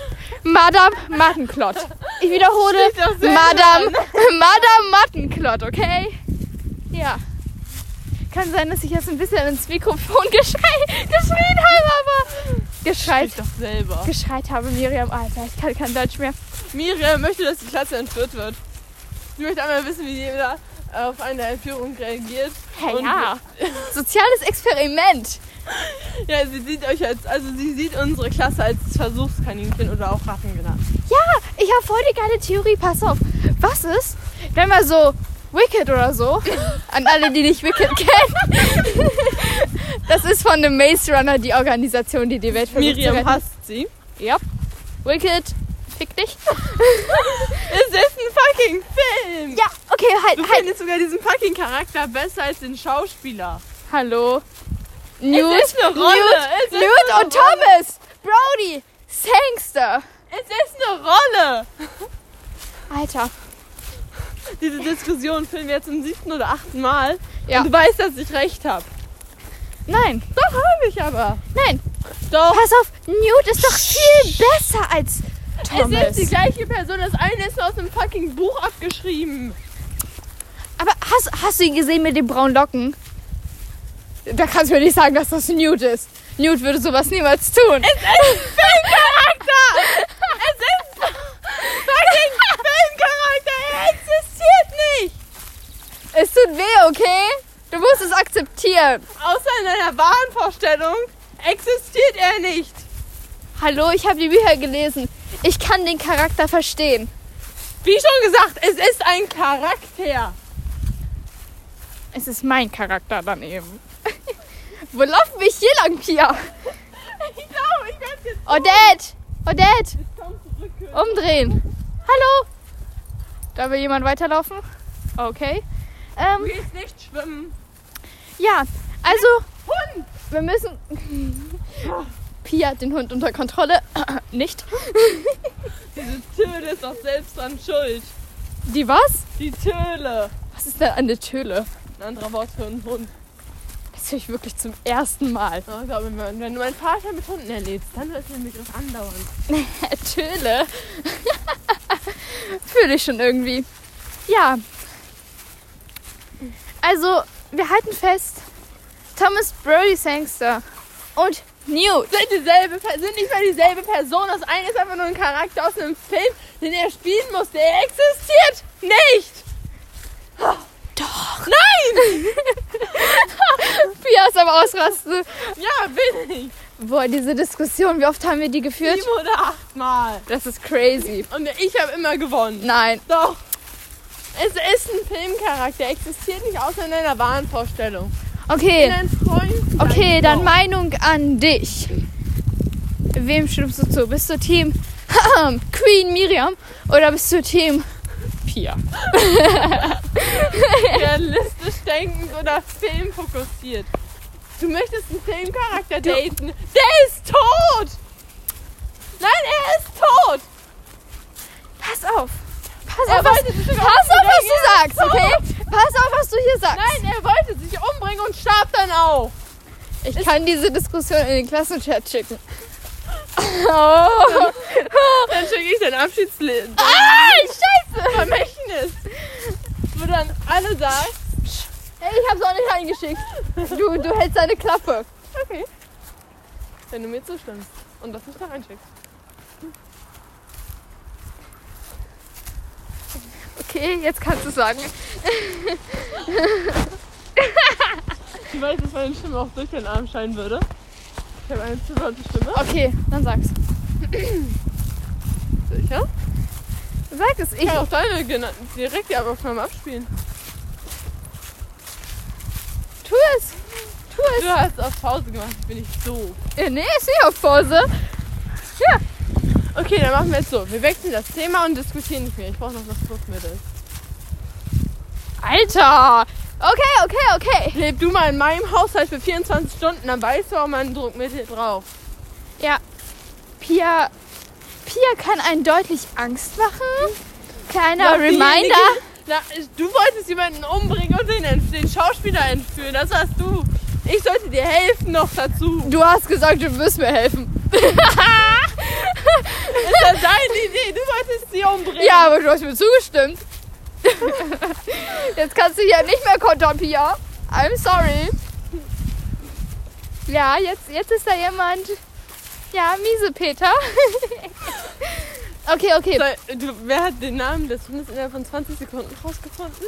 Madame Mattenklott. Ich wiederhole.
Steht doch selber
Madame, Madame Mattenklott, okay? Ja. Kann sein, dass ich jetzt ein bisschen ins Mikrofon geschrei, geschrien habe, aber geschreit,
Sprich doch selber.
geschreit habe, Miriam, Alter, ich kann kein Deutsch mehr.
Miriam möchte, dass die Klasse entführt wird. Sie möchte einmal wissen, wie jeder äh, auf eine Entführung reagiert.
Hey,
Und-
ja. Soziales Experiment.
Ja, sie sieht euch als, also sie sieht unsere Klasse als Versuchskaninchen oder auch Ratten genannt.
Ja, ich habe voll die geile Theorie. Pass auf. Was ist, wenn wir so Wicked oder so, an alle, die nicht Wicked kennen, das ist von dem Maze Runner die Organisation, die die Welt versucht zu
Miriam
retten.
hasst sie.
Ja. Wicked, fick dich.
Es ist ein fucking Film!
Ja, okay, halt,
Du
halt.
findest sogar diesen fucking Charakter besser als den Schauspieler.
Hallo. Newt,
es ist eine Rolle.
Newt,
Es ist
Newt
eine
und Thomas. Brody, Sangster.
Es ist eine Rolle!
Alter.
Diese Diskussion filmen wir jetzt zum siebten oder achten Mal.
Ja.
Und du weißt, dass ich recht habe.
Nein,
Doch, habe ich aber.
nein.
Doch.
Pass auf, Newt ist doch viel besser als
Es ist die
Thomas.
gleiche Person. Das eine ist nur aus einem fucking Buch abgeschrieben.
Aber hast, hast du ihn gesehen mit den braunen Locken? Da kannst du mir nicht sagen, dass das Newt ist. Newt würde sowas niemals tun.
Es ist fucking Filmcharakter. Er existiert nicht.
Es tut weh, okay? Du musst es akzeptieren.
Außer in einer Wahnvorstellung existiert er nicht.
Hallo, ich habe die Bücher gelesen. Ich kann den Charakter verstehen.
Wie schon gesagt, es ist ein Charakter.
Es ist mein Charakter dann eben. Wo laufen wir hier lang, Pia?
Ich glaube, ich werde jetzt
Odette! Odette!
kaum zurückhören.
Umdrehen! Hallo! Da will jemand weiterlaufen? Okay.
Du
Ähm,
gehst nicht schwimmen.
ja, also.
Hund!
Wir müssen. Pia hat den Hund unter Kontrolle. Nicht.
Diese Töle ist doch selbst dran schuld.
Die was?
Die Töle.
Was ist denn eine Töle?
Ein anderer Wort für einen Hund.
Das höre ich wirklich zum ersten Mal.
Oh, glaub mir, wenn wenn du meinen Vater mit Hunden erlebst, dann wird der Begriff andauern.
Töle. Fühle ich schon irgendwie. Ja. Also, wir halten fest: Thomas Brody Sangster und Newt.
Sind, dieselbe, Per- sind nicht mehr dieselbe Person. Das eine ist einfach nur ein Charakter aus einem Film, den er spielen musste. Er existiert nicht. Doch. Nein!
Pia ist am Ausrasten.
Ja, bin ich.
Boah, diese Diskussion, wie oft haben wir die geführt?
Sieben oder achtmal.
Das ist crazy.
Und ich habe immer gewonnen.
Nein.
Doch. Es ist ein Filmcharakter, existiert nicht außer in einer Wahnvorstellung.
Okay.
In einem Freund.
Okay, dann Meinung an dich. Wem stimmst du zu? Bist du Team Queen Miriam oder bist du Team Pia?
Realistisch denkend oder filmfokussiert. Du möchtest einen Filmcharakter daten. Der ist tot! Nein, er ist tot!
Pass auf. Pass
Er
auf, was,
wollte
pass
sich sogar
auf,
umbringen.
was du sagst, okay? Pass auf, was du hier sagst.
Nein, er wollte sich umbringen und starb dann auch.
Ich kann diese Diskussion in den Klassenchat schicken. Oh.
Dann schicke ich dein Abschiedslied.
Nein, scheiße.
Vermächtnis. Wo dann alle sagen,
Ey, ich hab's auch nicht reingeschickt. Du, du hältst deine Klappe.
okay. Wenn du mir zustimmst und das nicht da reinschickst.
Okay, jetzt kannst du sagen.
Ich weiß, dass meine Stimme auch durch den Arm scheinen würde. Ich habe eine zu laute Stimme.
Okay, dann sag's.
Sicher?
Sag es,
Ich
ich.
kann auch deine gena- direkt die Abaufnahme abspielen.
Tu es. Tu es.
Du hast auf Pause gemacht, bin ich so.
Ja, nee, ist nicht auf Pause. Ja.
Okay, dann machen wir jetzt so. Wir wechseln das Thema und diskutieren nicht mehr. Ich brauche noch das Flussmittel.
Alter. Okay, okay, okay.
Leb du mal in meinem Haushalt für 24 Stunden, dann weißt du, ob man ein Druckmittel braucht.
Ja. Pia. Pia kann einen deutlich Angst machen. Kleiner
Ja,
Reminder.
diejenige- Na, ich- du wolltest jemanden umbringen und den, entf- den Schauspieler entführen. Das warst du. Ich sollte dir helfen noch dazu.
Du hast gesagt, du wirst mir helfen.
Das ist ja deine Idee. Du wolltest sie umbringen.
Ja, aber du hast mir zugestimmt. Jetzt kannst du hier nicht mehr kontern, Pia. I'm sorry. Ja, jetzt, jetzt ist da jemand. Ja, miese Peter. okay, okay.
So, du, wer hat den Namen des Hundes innerhalb von 20 Sekunden rausgefunden?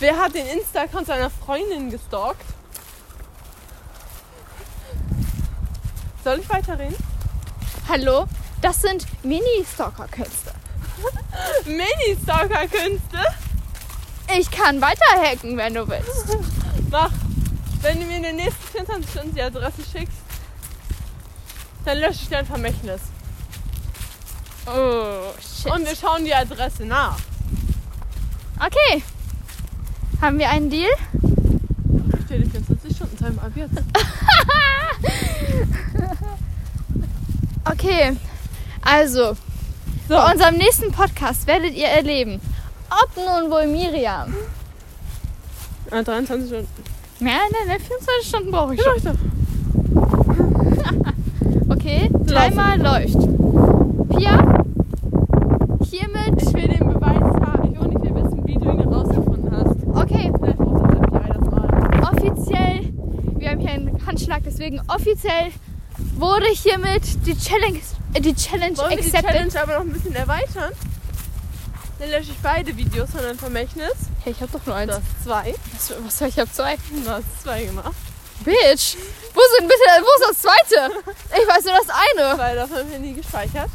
Wer hat den Insta-Account seiner Freundin gestalkt? Soll ich weiterreden?
Hallo, das sind Mini-Stalker-Künste.
Mini-Stalker-Künste?
Ich kann weiterhacken, wenn du willst.
Mach. Wenn du mir in den nächsten 24 Stunden die Adresse schickst, dann lösche ich dein Vermächtnis.
Oh, shit.
Und wir schauen die Adresse nach.
Okay. Haben wir einen Deal?
Ich stehe die 24 Stunden Time ab jetzt.
Okay. Also,
So,
bei unserem nächsten Podcast werdet ihr erleben, ob nun wohl Miriam.
Ah, 23 Stunden.
Nein, nein, nein, 24 Stunden brauche ich
Ja,
schon.
ich doch.
Okay, dreimal läuft. Pia, hiermit.
Ich will den Beweis haben. Ich will nicht mehr wissen, wie du ihn herausgefunden hast.
Okay,
Vielleicht braucht das FBI das mal.
offiziell. Wir haben hier einen Handschlag, deswegen offiziell wurde hiermit die Challenge, äh, die Challenge
Wollen wir die
accepted.
Challenge aber noch ein bisschen erweitern? Dann lösche ich beide Videos von deinem Vermächtnis.
Hey, ich hab doch nur
Du
eins.
hast zwei.
Was, was soll ich hab zwei?
Du hast zwei gemacht.
Bitch, wo sind bitte, wo ist das zweite? Ich weiß nur das eine.
Zwei davon im Handy gespeichert.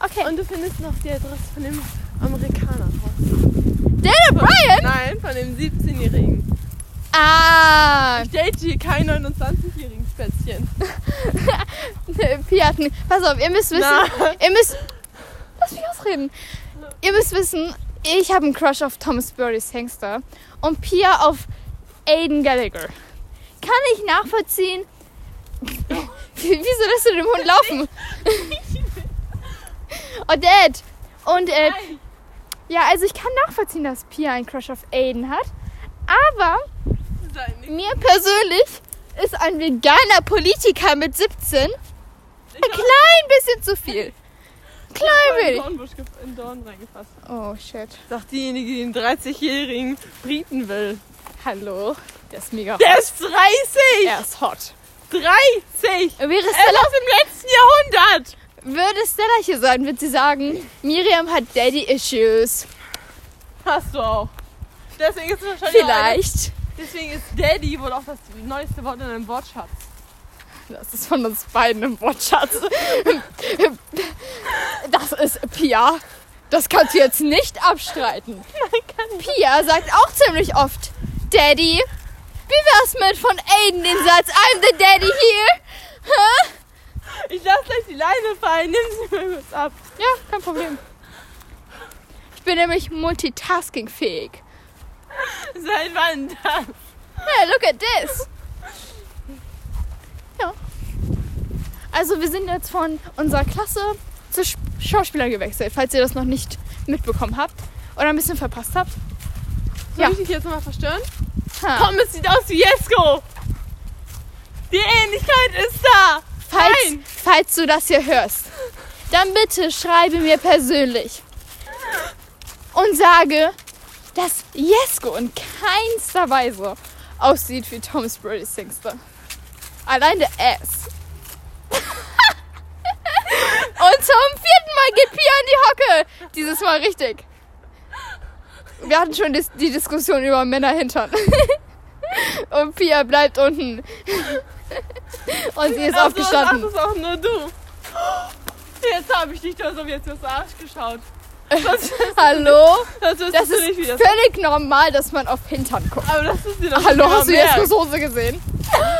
Okay.
Und du findest noch die Adresse von dem Amerikaner raus.
Daniel Bryan?
Nein, von dem 17-Jährigen.
Ah,
Ich date hier kein 29-jährigen Spätzchen.
Pia hat einen- Pass auf, ihr müsst wissen,
Nein.
ihr müsst. Lass mich ausreden. Ihr müsst wissen, ich habe einen Crush auf Thomas Burdys Hengster und Pia auf Aiden Gallagher. Kann ich nachvollziehen? Wie- Wieso lässt du den Hund laufen? Oh, Dad! Und äh,
Nein.
ja, also ich kann nachvollziehen, dass Pia einen Crush auf Aiden hat, aber
Sei nicht.
mir persönlich ist ein veganer Politiker mit 17 ein klein bisschen zu viel. Klein
Ich
wenig.
habe einen Dornbusch gef- in Dorn reingefasst.
Oh shit.
Sagt diejenige, die den 30-jährigen Briten will.
Hallo. Der ist mega
Der ist 30!
Der ist hot.
30!
Wäre
Er ist
Stella,
aus dem letzten Jahrhundert!
würde Stella hier sein, würde sie sagen, Miriam hat Daddy-Issues.
Hast du auch. Deswegen ist es wahrscheinlich auch eine-
Vielleicht.
deswegen ist Daddy wohl auch das neueste Wort in deinem Wortschatz.
Das ist von uns beiden im Wortschatz. Das ist Pia. Das kannst du jetzt nicht abstreiten. Pia sagt auch ziemlich oft, Daddy, wie wär's mit von Aiden den Satz, I'm the Daddy here? Hä?
Ich lasse gleich die Leine fallen. Nimm sie mir kurz ab.
Ja, kein Problem. Ich bin nämlich multitaskingfähig.
Seit wann das?
Hey, look at this. Ja. Also wir sind jetzt von unserer Klasse zu Sch Schauspieler gewechselt, falls ihr das noch nicht mitbekommen habt oder ein bisschen verpasst habt.
Soll
Ja.
ich dich jetzt mal verstören?
Ha.
Komm, es sieht aus wie Jesko. Die Ähnlichkeit ist da.
falls,
Nein.
falls du das hier hörst, dann bitte schreibe mir persönlich und sage, dass Jesko in keinster Weise aussieht wie Thomas Brody Singster. Allein der Ass. und zum vierten Mal geht Pia in die Hocke. Dieses Mal richtig. Wir hatten schon dis die Diskussion über Männerhintern. und Pia bleibt unten. und sie ist
Also,
aufgestanden.
Das ist auch nur du. Jetzt habe ich dich doch so jetzt aufs Arsch geschaut.
Hallo?
Das ist
Das ist
nicht wie das.
völlig normal, dass man auf Hintern guckt.
Aber das ist dir doch
Hallo, hast du
jetzt
Jeskos Hose gesehen?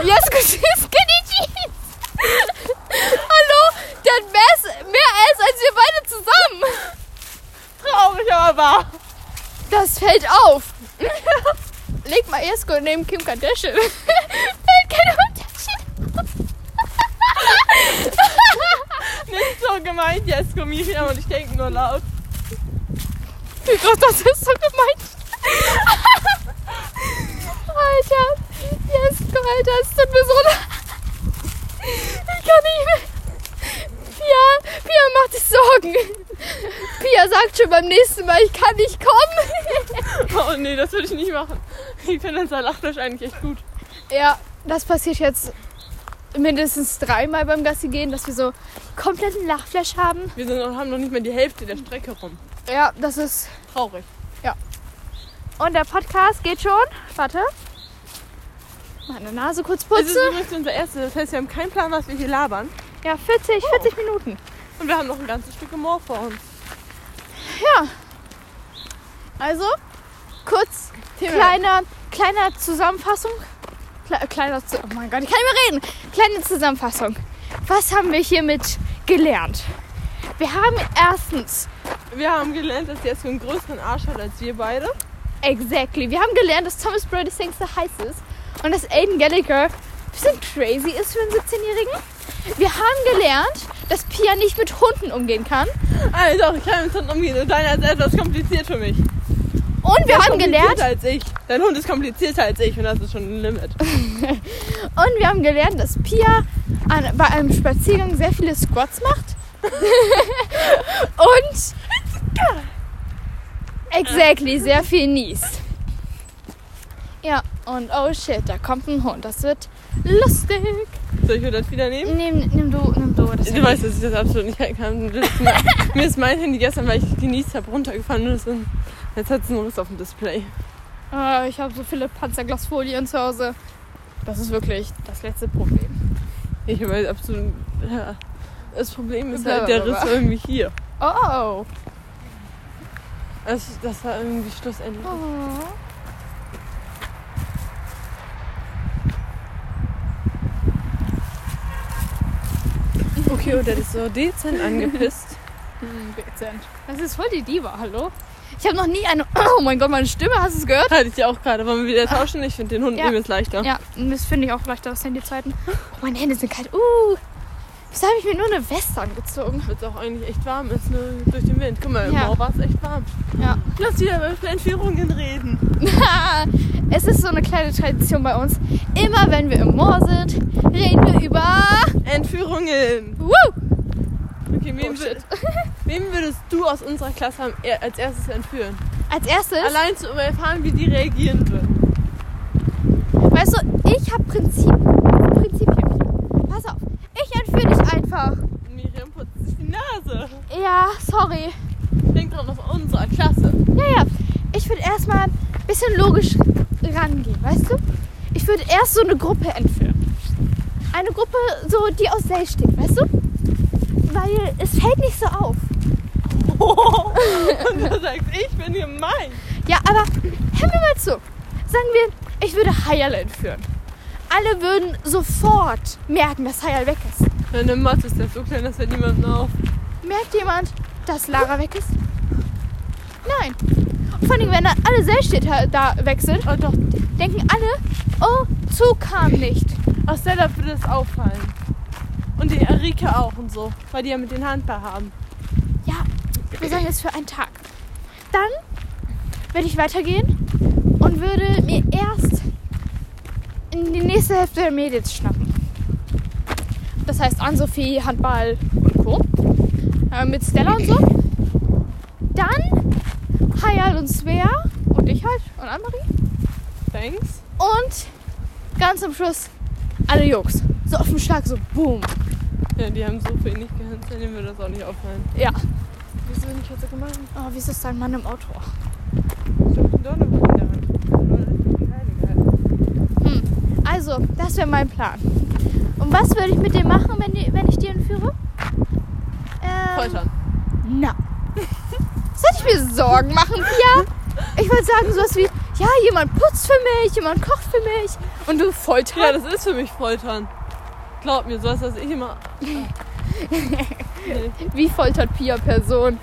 Jeskos Skinny Jeans! Hallo, dann wär's mehr als als wir beide zusammen.
traurig, aber wahr.
Das fällt auf. Leg mal Jesko neben Kim Kardashian. fällt kein Unterschied auf.
Nicht so gemeint, Jesko, Miriam und ich denke nur laut.
Wie groß das ist so gemeint. Alter, Jesko, Alter, es tut mir so leid. Ich kann nicht mehr. Pia, Pia macht sich Sorgen. Pia sagt schon beim nächsten Mal, ich kann nicht kommen.
Oh nee, das würde ich nicht machen. Ich finde unser Lachfleisch eigentlich echt gut.
Ja, das passiert jetzt mindestens dreimal beim Gassi gehen, dass wir so kompletten Lachflash haben.
Wir sind, noch- haben noch nicht mal die Hälfte der Strecke rum.
Ja, das ist.
Traurig.
Und der Podcast geht schon. Warte. Meine Nase kurz
Es ist
putzen.
übrigens unser erstes. Das heißt, wir haben keinen Plan, was wir hier labern.
Ja, 40, 40 Minuten.
Und wir haben noch ein ganzes Stück Moor vor uns.
Also, kurz,
Thema.
kleiner, kleiner Zusammenfassung. Kle kleiner, Zu- oh mein Gott, ich kann nicht mehr reden. Kleine Zusammenfassung. Was haben wir hiermit gelernt? Wir haben erstens,
Wir haben gelernt, dass Jesko einen größeren Arsch hat als wir beide.
exactly, wir haben gelernt, dass Thomas Brady Sings the heiß ist und dass Aiden Gallagher ein bisschen crazy ist für einen 17-Jährigen. Wir haben gelernt, dass Pia nicht mit Hunden umgehen kann.
Also, doch, ich kann mit Hunden umgehen und deiner ist etwas kompliziert für mich.
Und wir haben gelernt,
Komplizierter als ich. Dein Hund ist komplizierter als ich und das ist schon ein Limit.
Und wir haben gelernt, dass Pia an, bei einem Spaziergang sehr viele Squats macht. und exactly, sehr viel niest. Ja, und oh shit, da kommt ein Hund. Das wird lustig.
Soll ich mir das wieder nehmen?
Nimm, nimm du, nimm du. Das
Du weißt, dass ich das absolut nicht kann. Das ist mir- Mir ist mein Handy gestern, weil ich genießt habe, runtergefallen und es ist- jetzt hat es einen Riss auf dem Display.
Ah, ich habe so viele Panzerglasfolien zu Hause. Das ist wirklich das letzte Problem.
Ich weiß absolut. Ja. Das Problem ist
Bla,
halt, der
bla, bla.
Riss war irgendwie hier.
Oh.
Das, das war irgendwie schlussendlich.
oh.
Okay, oder das ist so dezent angepisst.
Hm, dezent. Das ist voll die Diva, hallo? Ich habe noch nie eine. Oh mein Gott, meine Stimme, hast du es gehört?
Hatte ich ja auch gerade. Wollen wir wieder tauschen? Ich finde den Hund
Ja.
übelst leichter.
Ja, das finde ich auch leichter aus die Zeiten. Oh, meine Hände sind kalt. Uh, wieso habe ich mir nur eine Weste angezogen?
Wird es auch eigentlich echt warm, ist nur durch den Wind. Guck mal, im
Ja.
Moor war es echt warm.
Ja.
Lass wieder über Entführungen reden.
es ist so eine kleine Tradition bei uns. Immer wenn wir im Moor sind, reden wir über.
Entführungen!
Woo!
Okay, wen,
Oh, shit.
würd, wen würdest du aus unserer Klasse am- er- als erstes entführen?
Als erstes,
Allein zu um erfahren, wie die reagieren würden.
weißt du, ich habe Prinzip, Prinzipien. Pass auf, ich entführe dich einfach.
Miriam putzt sich die Nase.
Ja, sorry.
Denk dran, aus unserer Klasse.
Ja, ja. Ich würde erstmal ein bisschen logisch rangehen, weißt du? Ich würde erst so eine Gruppe entführen. Eine Gruppe, so die aus Sell steht, weißt du? Weil es fällt nicht so auf.
Und du sagst, ich bin gemein.
Ja, aber hör mir mal zu. Sagen wir, ich würde Hayal entführen. Alle würden sofort merken, dass Hayal weg ist.
Deine Mathe ist ja so klein, das fällt niemandem auf.
Merkt jemand, dass Lara weg ist? Nein. Und vor allem, wenn dann alle Sellstädter da weg sind,
Oh doch,
denken alle, oh, Zug kam nicht.
aus Stella würde das auffallen. Und die Erika auch und so, weil die ja mit den Handball haben.
Ja, wir sagen jetzt für einen Tag. Dann würde ich weitergehen und würde mir erst in die nächste Hälfte der Mädels schnappen. Das heißt Ann-Sophie, Handball und Co. Äh, mit Stella und so. Dann Hayal und Svea und ich halt und Annemarie.
Thanks.
Und ganz am Schluss alle Jungs. So auf den Schlag, so boom.
Ja, die haben so viel nicht gehört, denen würde das auch nicht auffallen.
Ja.
Wieso bin ich jetzt so gemein?
Oh, wieso ist da ein Mann im Auto?
Ich hab den Donovan in der Hand. Donovan
Hm. Also, das wäre mein Plan. Und was würde ich mit dir machen, wenn, die, wenn ich dir entführe? Ähm,
Foltern.
Na. Sollte ich mir Sorgen machen, Pia? Ich wollte sagen sowas wie, ja, jemand putzt für mich, jemand kocht für mich und du
Ja,
folterst.
das ist für mich Foltern. Glaub mir, sowas, was ich immer. nee.
Wie foltert Pia Person?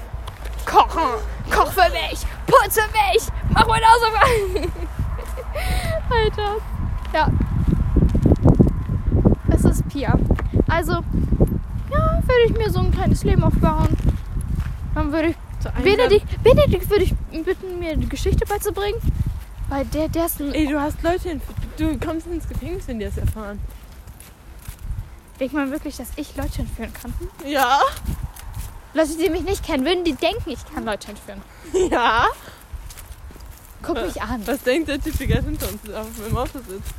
Kochen, koch für mich, putz für mich, mach meine Hausaufgaben. Alter. Ja. Das ist Pia. Also, ja, würde ich mir so ein kleines Leben aufbauen. Dann würde ich.
So ein-
Benedikt, Benedikt würde ich bitten, mir eine Geschichte beizubringen. Weil der, der ist ein.
Ey, du hast Leute in, Du kommst ins Gefängnis, wenn die das erfahren.
Denkt man wirklich, dass ich Leute entführen kann?
Ja.
Leute, die mich nicht kennen, würden die denken, ich kann Leute entführen.
Ja.
Guck mich an.
Was denkt der Typ, der gerade hinter uns auf dem Auto sitzt?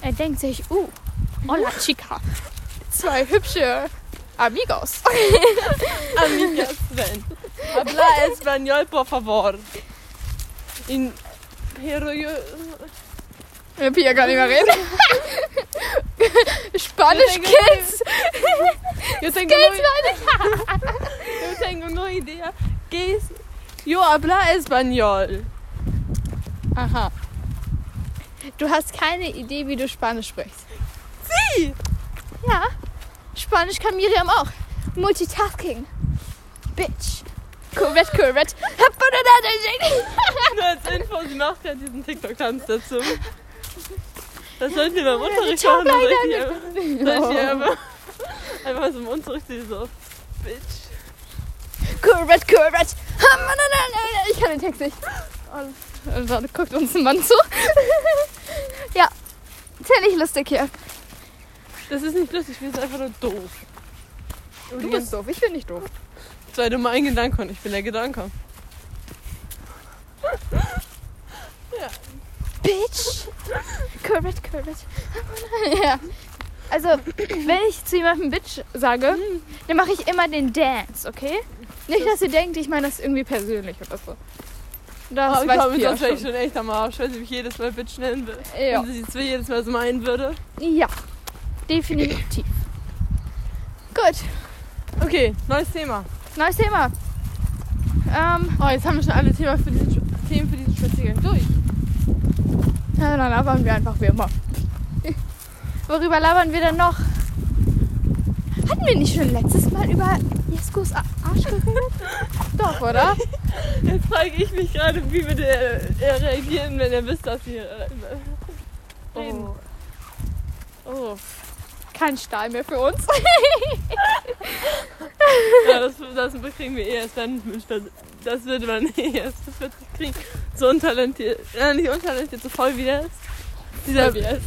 Er denkt sich, uh, hola chica. Zwei hübsche Amigos.
Amigas Sven. Habla español, por favor. In Peru.
Ja, Pia kann nicht mehr reden. Spanisch
Ja, denke
Kids.
Yo tengo,
Kids,
no,
Leute.
yo tengo no idea. ¿Qué es? Yo habla español.
Aha. Du hast keine Idee, wie du Spanisch sprichst.
Sí.
Ja. Spanisch kann Miriam auch. Multitasking. Bitch. Korrekt, korrekt.
Nur als Info, sie macht gerade diesen TikTok-Tanz dazu. Das sollten wir beim Unterricht machen. Das soll ich hier- soll
Oh.
ich hier einfach, einfach so im Unterricht sie so. Bitch.
Korrekt, korrekt. Ich kann den Text nicht. Und dann guckt uns ein Mann zu. Ja. Ziemlich lustig hier.
Das ist nicht lustig, wir sind einfach nur doof.
Du bist doof, ich bin nicht doof.
Das war nur mein Gedanke und ich bin der Gedanke.
Bitch. Korrekt, korrekt. Ja. Also, wenn ich zu jemandem Bitch sage, dann mache ich immer den Dance, okay? Nicht, dass ihr denkt, ich meine das irgendwie persönlich oder so. Das
Aber ich
weiß
glaube,
Pia
sonst wäre ich
schon.
schon echt am Arsch, wenn sie mich jedes Mal bitch nennen will.
Ja.
Wenn sie es jedes Mal so meinen würde.
Ja, definitiv. Gut,
Okay, neues Thema.
neues Thema. Ähm,
Oh, jetzt haben wir schon alle Thema für diesen, Sch- Themen für diesen Spaziergang durch.
na, dann labern wir einfach wie immer. Worüber labern wir denn noch? Hatten wir nicht schon letztes Mal über Jeskos A- Arsch geredet? Doch, oder?
Jetzt frage ich mich gerade, wie würde er, er reagieren, wenn er wüsste, dass wir äh, reden.
Oh.
Oh.
Kein Stahl mehr für uns.
Ja, das, das kriegen wir eh erst dann. mit Spaz- Das würde man eh erst mit 40 kriegen. So untalentiert. Äh, nicht untalentiert, so voll wie der ist. Dieser,
Voll wie
er ist.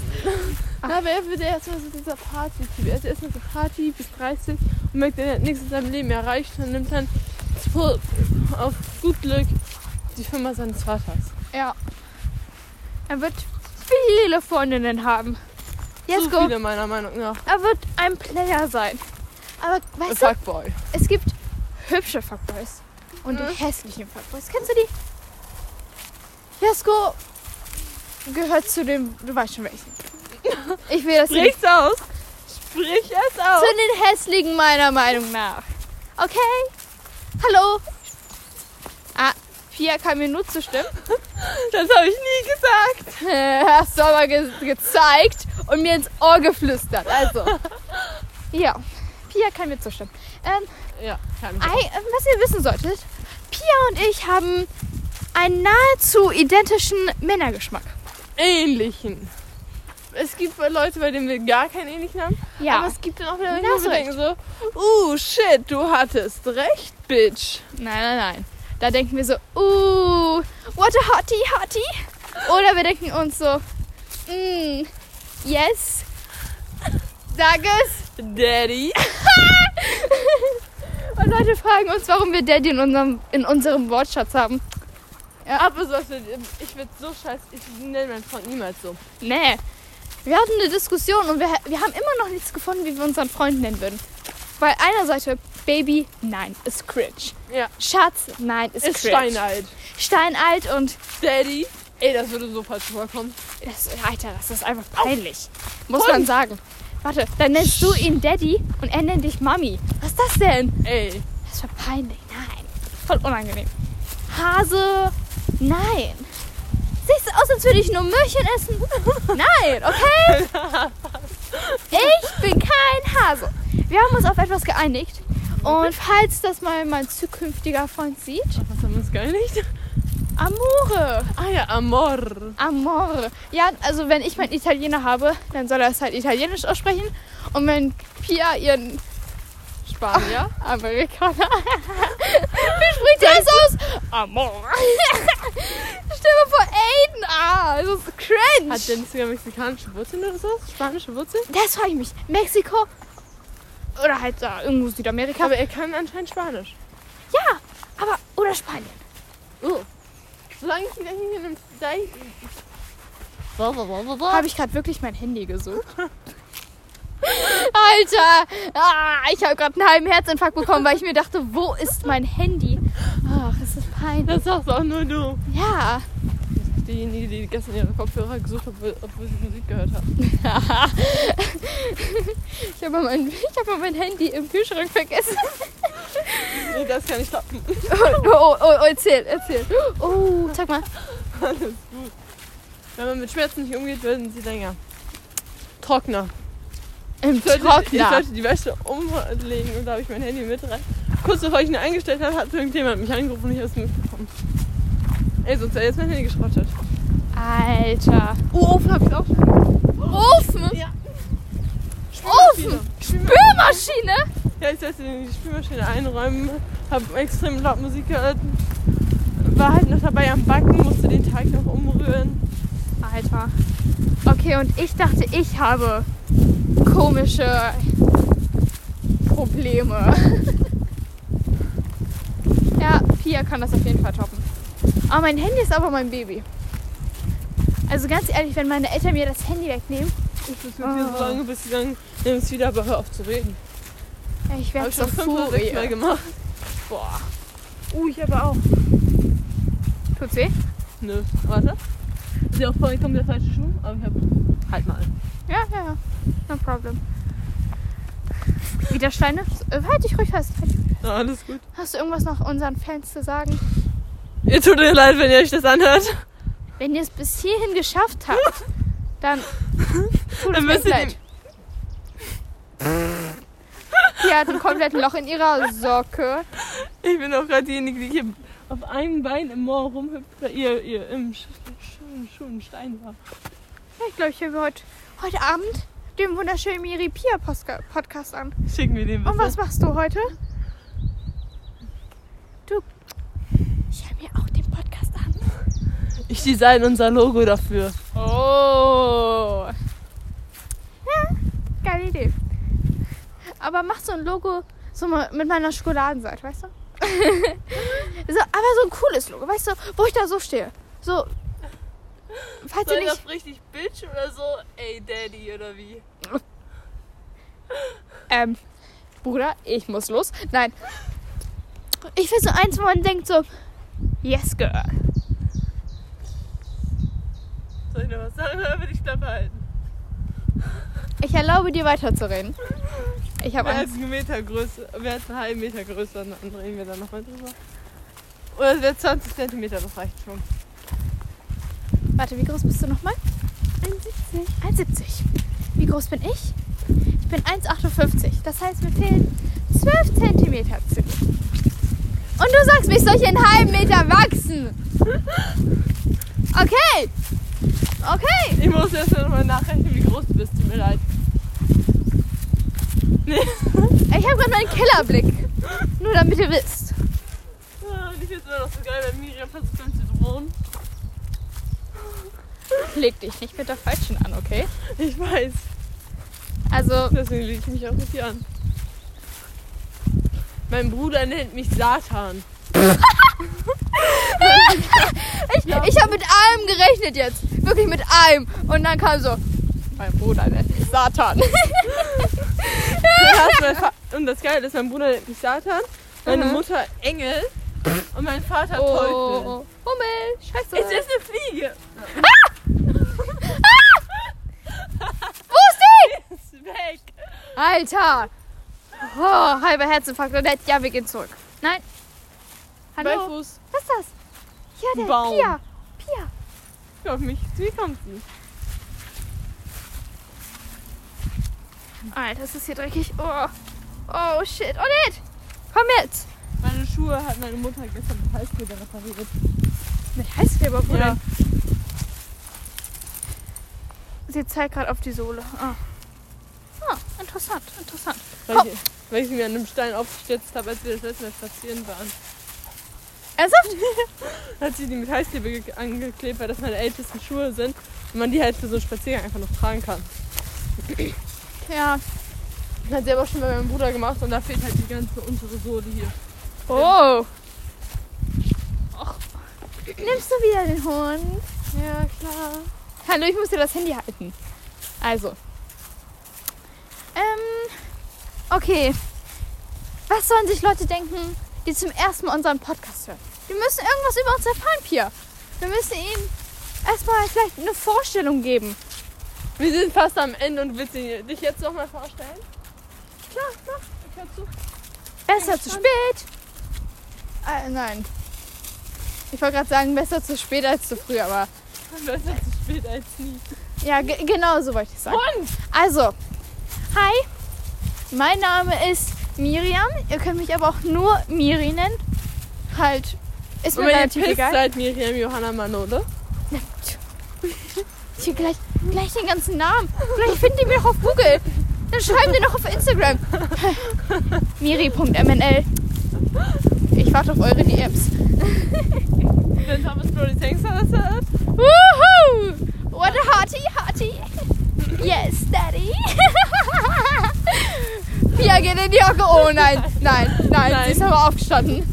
Na, aber er würde erstmal so dieser Party-Typ. Er ist erstmal so Party bis 30 und merkt, er hat nichts in seinem Leben erreicht und nimmt dann voll auf gut Glück die Firma seines Vaters.
Ja. Er wird viele Freundinnen haben.
Zu
Jesko,
viele meiner Meinung nach.
er wird ein Player sein. Aber weißt du,
Fuckboy.
es gibt hübsche Fuckboys und die
Mhm.
hässlichen Fuckboys. Kennst du die? Jesko gehört zu dem, du weißt schon welchen. Ich will das nicht.
Sprich's aus! Sprich es
Zu
aus!
den hässlichen meiner Meinung nach. Okay? Hallo? Ah, Pia kann mir nur zustimmen.
Das habe ich nie gesagt!
Äh, hast du aber ge gezeigt und mir ins Ohr geflüstert. Also. Ja. Pia kann mir zustimmen. Ähm,
Ja, kann
ei, äh, was ihr wissen solltet, Pia und ich haben einen nahezu identischen Männergeschmack.
ähnlichen. Es gibt Leute, bei denen wir gar keinen ähnlichen haben.
Ja.
Aber es gibt dann auch
Ja,
wieder Leute, wo
hast
wir
recht.
denken so, uh, shit, du hattest recht, Bitch.
Nein, nein, nein. Da denken wir so, uh, what a hottie, hottie. Oder wir denken uns so, mm, yes, sag es.
Daddy.
Und Leute fragen uns, warum wir Daddy in unserem, in unserem Wortschatz haben.
Aber sowas, wird- ich würde so scheiße, ich nenne meinen Freund niemals so.
Nee. Wir hatten eine Diskussion und wir, wir haben immer noch nichts gefunden, wie wir unseren Freund nennen würden. Weil einer sagte, Baby, nein, ist cringe.
Ja.
Schatz, nein, ist,
Ist
cringe.
steinalt.
Steinalt und
Daddy. Ey, das würde so falsch rüberkommen.
das, Alter, das ist einfach peinlich. Muss man sagen. Warte, dann nennst du ihn Daddy und er nennt dich Mami. Was ist das denn?
Ey.
Das ist doch peinlich. Nein. Voll unangenehm. Hase, nein. Siehst du aus, als würde ich nur Möhrchen essen? Nein, okay? Ich bin kein Hase. Wir haben uns auf etwas geeinigt. Und falls das mal mein zukünftiger Freund sieht,
Was haben wir uns gar nicht?
Amore.
Ah ja, Amor.
Amore. Ja, also wenn ich meinen Italiener habe, dann soll er es halt italienisch aussprechen. Und wenn Pia ihren
Spanier.
Ah. Amerikaner. Wie spricht der das aus? Amor. Stell dir vor, Aiden. Ah, das ist cringe.
Hat der nicht sogar mexikanische Wurzeln oder so? Spanische Wurzeln?
das frage ich mich. Mexiko oder halt da irgendwo Südamerika.
Aber er kann anscheinend Spanisch.
ja, aber oder Spanien.
Oh. Solange ich ihn nicht in einem Dei-
Habe ich gerade wirklich mein Handy gesucht? Alter, ah, ich habe gerade einen halben Herzinfarkt bekommen, weil ich mir dachte, wo ist mein Handy? Ach, ist das peinlich.
Das sagst auch nur du.
Ja,
Diejenige, die gestern ihre Kopfhörer gesucht hat, obwohl- obwohl sie Musik gehört hat.
ich habe mein, ich hab mal mein Handy im Kühlschrank vergessen.
Nee, das kann ich klappen.
Oh, oh, oh, oh erzähl, erzähl. Oh, sag mal.
Wenn man mit Schmerzen nicht umgeht, werden sie länger. Trockner.
Im
Ich sollte, ich
Trockner.
sollte die Wäsche umlegen und da habe ich mein Handy mit rein. Kurz bevor ich ihn eingestellt habe, hat irgendjemand mich angerufen und ich habe es mitbekommen. Ey, sonst wäre jetzt mein Handy geschrottet.
Alter.
Oh, Ofen habe ich auch schon.
Ofen?
Ja.
Ofen?
Spülmaschine.
Spülmaschine?
Ja, ich sollte in die Spülmaschine einräumen, habe extrem laut Musik gehört, war halt noch dabei am Backen, musste den Teig noch umrühren.
Alter. Okay, und ich dachte, ich habe komische Probleme. ja, Pia kann das auf jeden Fall toppen. Aber Ah, mein Handy ist aber mein Baby. Also ganz ehrlich, wenn meine Eltern mir das Handy wegnehmen,
Ich diskutiere hier
Oh.
so lange, bis sie sagen, nimm es wieder, aber hör auf zu reden.
ich
Habe
werde
ich
so
schon fünf oder sechs Mal
Furie.
gemacht.
Boah.
Uh, ich aber auch.
Tut's weh?
Nö, warte. Ist ja auch vollkommen der falsche Schuh, aber ich hab. Halt mal.
Ja, ja, ja. No problem. Wieder Steine? Äh, Halt dich ruhig fest. Halt dich.
Na, alles gut.
Hast du irgendwas noch unseren Fans zu sagen?
Ihr tut mir leid, wenn ihr euch das anhört.
Wenn ihr es bis hierhin geschafft habt, dann tut es
Dann
mir
müsst ihr
leid. Die hat ein komplettes Loch in ihrer Socke.
Ich bin auch gerade diejenige, die hier auf einem Bein im Moor rumhüpft, weil ihr, ihr im Sch Sch Schuh ein Stein war.
Ja, Ich glaube, ich höre mir heute, heute Abend den wunderschönen Miri Pia Postka- Podcast an.
Schicken wir den bitte.
Und was machst du heute? Du, ich höre mir auch den Podcast an.
Ich design unser Logo dafür.
Oh. Ja, geile Idee. Aber mach so ein Logo so mal mit meiner Schokoladenseite, weißt du? so, aber so ein cooles Logo, weißt du, wo ich da so stehe. So, falls ihr
Soll
nicht...
das richtig Bitch oder so? Ey, Daddy oder wie?
Ähm, Bruder, ich muss los. Nein. Ich will so eins, wo man denkt so, yes, girl.
Soll ich noch was sagen oder will ich Klappe halten?
Ich erlaube dir weiterzureden. Ich habe
Wer hat
Angst.
einen Meter größer, wer hat einen halben Meter größer, dann reden wir da nochmal drüber. Oder wer 20 Zentimeter, das reicht schon.
Warte, wie groß bist du nochmal? 1,70. 1,70. Wie groß bin ich? Ich bin 1,58. Das heißt, mir fehlen 12 Zentimeter zu dir. Und du sagst mir, ich soll hier einen halben Meter wachsen. Okay. Okay.
Ich muss erst noch mal nachrechnen, wie groß du bist, tut mir leid. Nee.
Ich habe gerade meinen Killerblick. Nur damit ihr wisst.
Ah, Und ich finde es immer noch so geil, wenn Miriam versucht, uns zu drohen.
Leg dich nicht mit der Falschen an, okay?
Ich weiß,
Also,
deswegen lege ich mich auch mit dir an. Mein Bruder nennt mich Satan.
ich, ich habe mit allem gerechnet jetzt. Wirklich mit allem. Und dann kam so, mein Bruder nennt mich Satan.
Dann hast du mein Fa- Und das Geile ist, mein Bruder nennt mich Satan, meine
Mhm.
Mutter Engel und mein Vater
Oh,
Teufel.
oh, oh. Hummel, scheiße. Ah!
Es ist eine Fliege.
Wo ist die?
Ist weg.
Alter. Oh, halber Herzinfarkt. Und jetzt, ja, wir gehen zurück. Nein.
Bei
Hallo.
Fuß.
Was ist das? Ja, der
Baum.
Pia. Pia.
Guck Auf mich. Wie kommt sie?
Alter, es ist hier dreckig. Oh, oh shit. Oh, nicht. Komm jetzt.
Meine Schuhe hat meine Mutter gestern mit Heißkleber repariert.
Mit Heißkleber, Bruder.
Ja.
Sie zeigt gerade auf die Sohle. Ah. ah, interessant, interessant.
Weil, ich, weil ich sie mir an einem Stein aufgestützt habe, als wir das letzte Mal spazieren waren.
Ernsthaft?
Hat sie die mit Heißkleber ge- angeklebt, weil das meine ältesten Schuhe sind und man die halt für so einen Spaziergang einfach noch tragen kann.
Ja.
Das hat sie aber schon bei meinem Bruder gemacht und da fehlt halt die ganze untere Sohle hier.
Oh. Nimmst du wieder den Hund?
Ja, klar.
Hallo, ich muss dir das Handy halten. Also. Ähm, okay. Was sollen sich Leute denken, die zum ersten Mal unseren Podcast hören? Wir müssen irgendwas über uns erfahren, Pia. Wir müssen ihnen erstmal vielleicht eine Vorstellung geben.
Wir sind fast am Ende und willst du dich jetzt nochmal vorstellen? Klar, mach. Ich hör zu.
Besser
Ich
zu
schon.
spät. Ah, nein. Ich wollte gerade sagen, besser zu spät als zu früh, aber
Besser zu spät als nie.
ja, ge genau so wollte ich sagen.
Und
Also, hi, mein Name ist Miriam. Ihr könnt mich aber auch nur Miri nennen. Halt, ist mir
wenn ihr
relativ
pisst, halt
egal.
seid Miriam Johanna Manole.
Ich will gleich, gleich den ganzen Namen. Vielleicht finden die mir noch auf Google. Dann schreiben die noch auf Instagram. Miri.mnl. Ich warte auf eure DMs.
Wenn Thomas Brody Tanks alles hat.
Woohoo! What a hearty, hearty. Yes, daddy. Pia geht in die Hocke. Oh nein, nein, nein,
Nein.
Sie ist aber aufgestanden.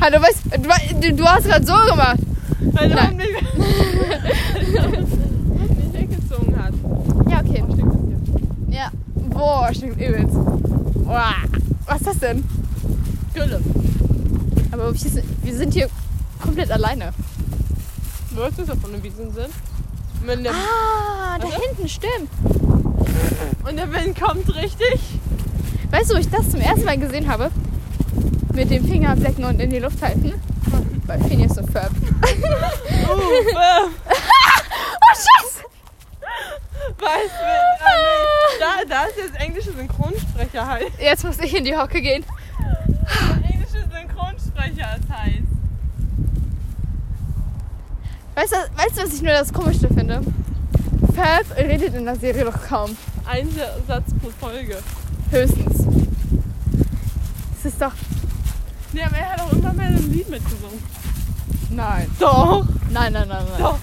Hallo, was? du- Du, du hast gerade so gemacht.
Weil der
Nein.
Hund mich mich weggezogen hat.
Ja, okay.
Oh, stimmt, das hier.
Ja. Boah, stinkt übelst. Boah. Was ist das denn?
Gülle.
Aber wir sind, wir sind hier komplett alleine.
Würdest du es auf einer Wiesen sind? Wenn der,
Ah, da
Warte.
hinten, stimmt.
Und der Wind kommt richtig.
Weißt du, wo ich das zum ersten Mal gesehen habe? Mit dem Finger ablecken und in die Luft halten. Bei Phineas und Ferb.
Uwe.
Oh, Scheiße!
Weißt du, ah, nee. da, da ist jetzt englische Synchronsprecher halt.
Jetzt muss ich in die Hocke gehen.
Englische Synchronsprecher ist heiß.
Weißt du, weißt du, was ich nur das Komischste finde? Ferb redet in der Serie doch kaum.
Ein Satz pro Folge.
Höchstens. Es ist doch.
Nee, aber er hat auch immer mehr ein Lied mitgesungen.
Nein.
Doch.
Nein, nein, nein, nein.
Doch.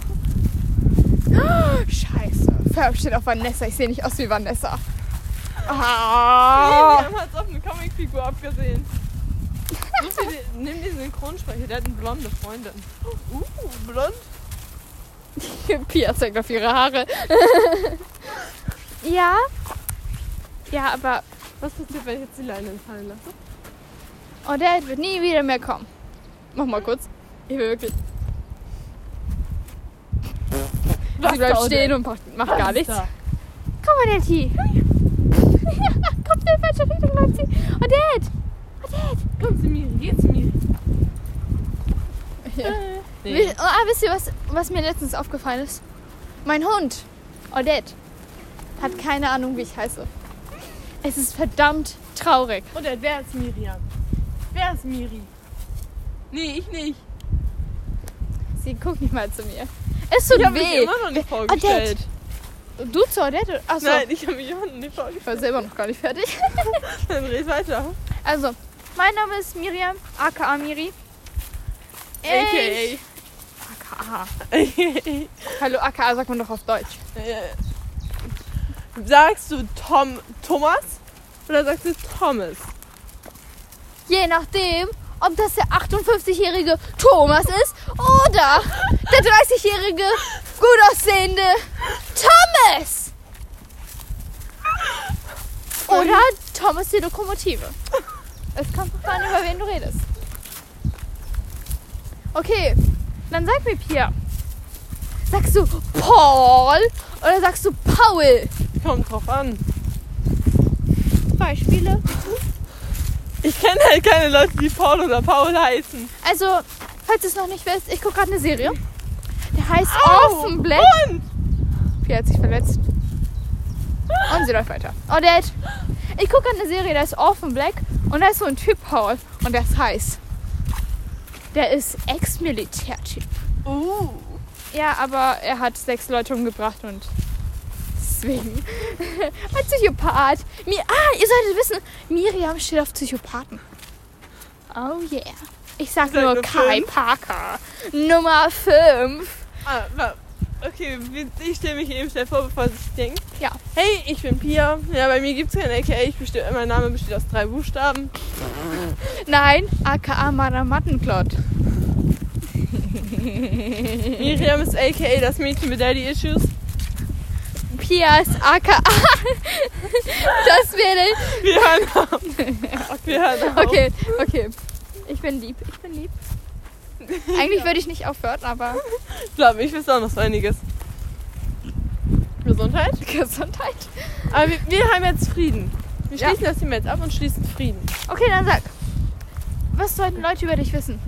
Scheiße. Ferb steht auf Vanessa. Ich sehe nicht aus wie Vanessa.
Oh.
Ah.
Miriam hat es auf eine Comicfigur abgesehen. nimm, dir, die- nimm den Synchronsprecher, der hat eine blonde Freundin. Uh, blond?
Pia zeigt auf ihre Haare. ja. Ja, aber
Was passiert, wenn ich jetzt die Leine entfallen lasse?
Odette Oh, wird nie wieder mehr kommen. Mach mal kurz. Ich will wirklich. Sie bleibt stehen und macht, macht gar nichts. Komm, Odetti. ja, kommt in die falsche Richtung, läuft sie. Odette.
Komm zu mir, geh zu mir.
Ja.
Äh,
Wi- oh, ah, wisst ihr, was, was mir letztens aufgefallen ist? Mein Hund, Odette, hat keine Ahnung, wie ich heiße. Es ist verdammt traurig.
Oder wer ist Miriam? Wer ist Miri? Nee, ich nicht.
Sie guckt nicht mal zu mir. Es tut
Ich habe mich
weh.
immer noch nicht vorgestellt.
Du zu Odette? Achso,
Nein, ich habe mich immer noch nicht
ich war
vorgestellt.
selber noch gar nicht fertig.
Dann dreh's weiter.
Also, mein Name ist Miriam, aka Miri. Ich-
AKA. ah.
Aka. Hallo, aka sagt man doch auf Deutsch.
Äh, Sagst du Tom Thomas oder sagst du Thomas?
Je nachdem, ob das der 58-jährige Thomas ist oder der 30-jährige, gut aussehende Thomas. Oder Thomas die Lokomotive. Es kommt drauf an, über wen du redest. Okay, dann sag mir, Pia. Sagst du Paul oder sagst du Paul?
Kommt drauf an.
Beispiele.
Ich kenne halt keine Leute, die Paul oder Paul heißen.
Also, falls ihr es noch nicht wisst, ich gucke gerade eine Serie. Der heißt
Au!
Offenblick.
Und?
Pia hat sich verletzt. Und sie läuft weiter. Odette. Ich gucke eine Serie, da ist Orphan Black und da ist so ein Typ Paul und der ist heiß. Der ist Ex-Militärtyp.
Uh.
Ja, aber er hat sechs Leute umgebracht und deswegen. Ein Psychopath. Mi ah, ihr solltet wissen, Miriam steht auf Psychopathen. Oh yeah. Ich sag
Seid
nur
ihr
Kai
fünf?
Parker. Nummer 5.
Ah, wa- okay, wie- ich stelle mich eben schnell vor, bevor sie sich denkt.
Ja.
Hey, ich bin Pia. Ja, bei mir gibt es kein AKA. Ich besteh- mein Name besteht aus drei Buchstaben.
Nein, aka Maramattenklot.
Miriam ist aka das Mädchen mit Daddy Issues.
Pias aka. das wäre.
Wir hören auf. Wir hören auf.
Okay, okay. Ich bin lieb, ich bin lieb. Eigentlich würde ich nicht aufhören, aber
Ich glaube, ich wüsste auch noch so einiges. Gesundheit?
Gesundheit.
Aber wir, wir haben jetzt Frieden. Wir
Ja.
schließen das Thema jetzt ab und schließen Frieden.
Okay, dann sag. Was sollten Leute über dich wissen?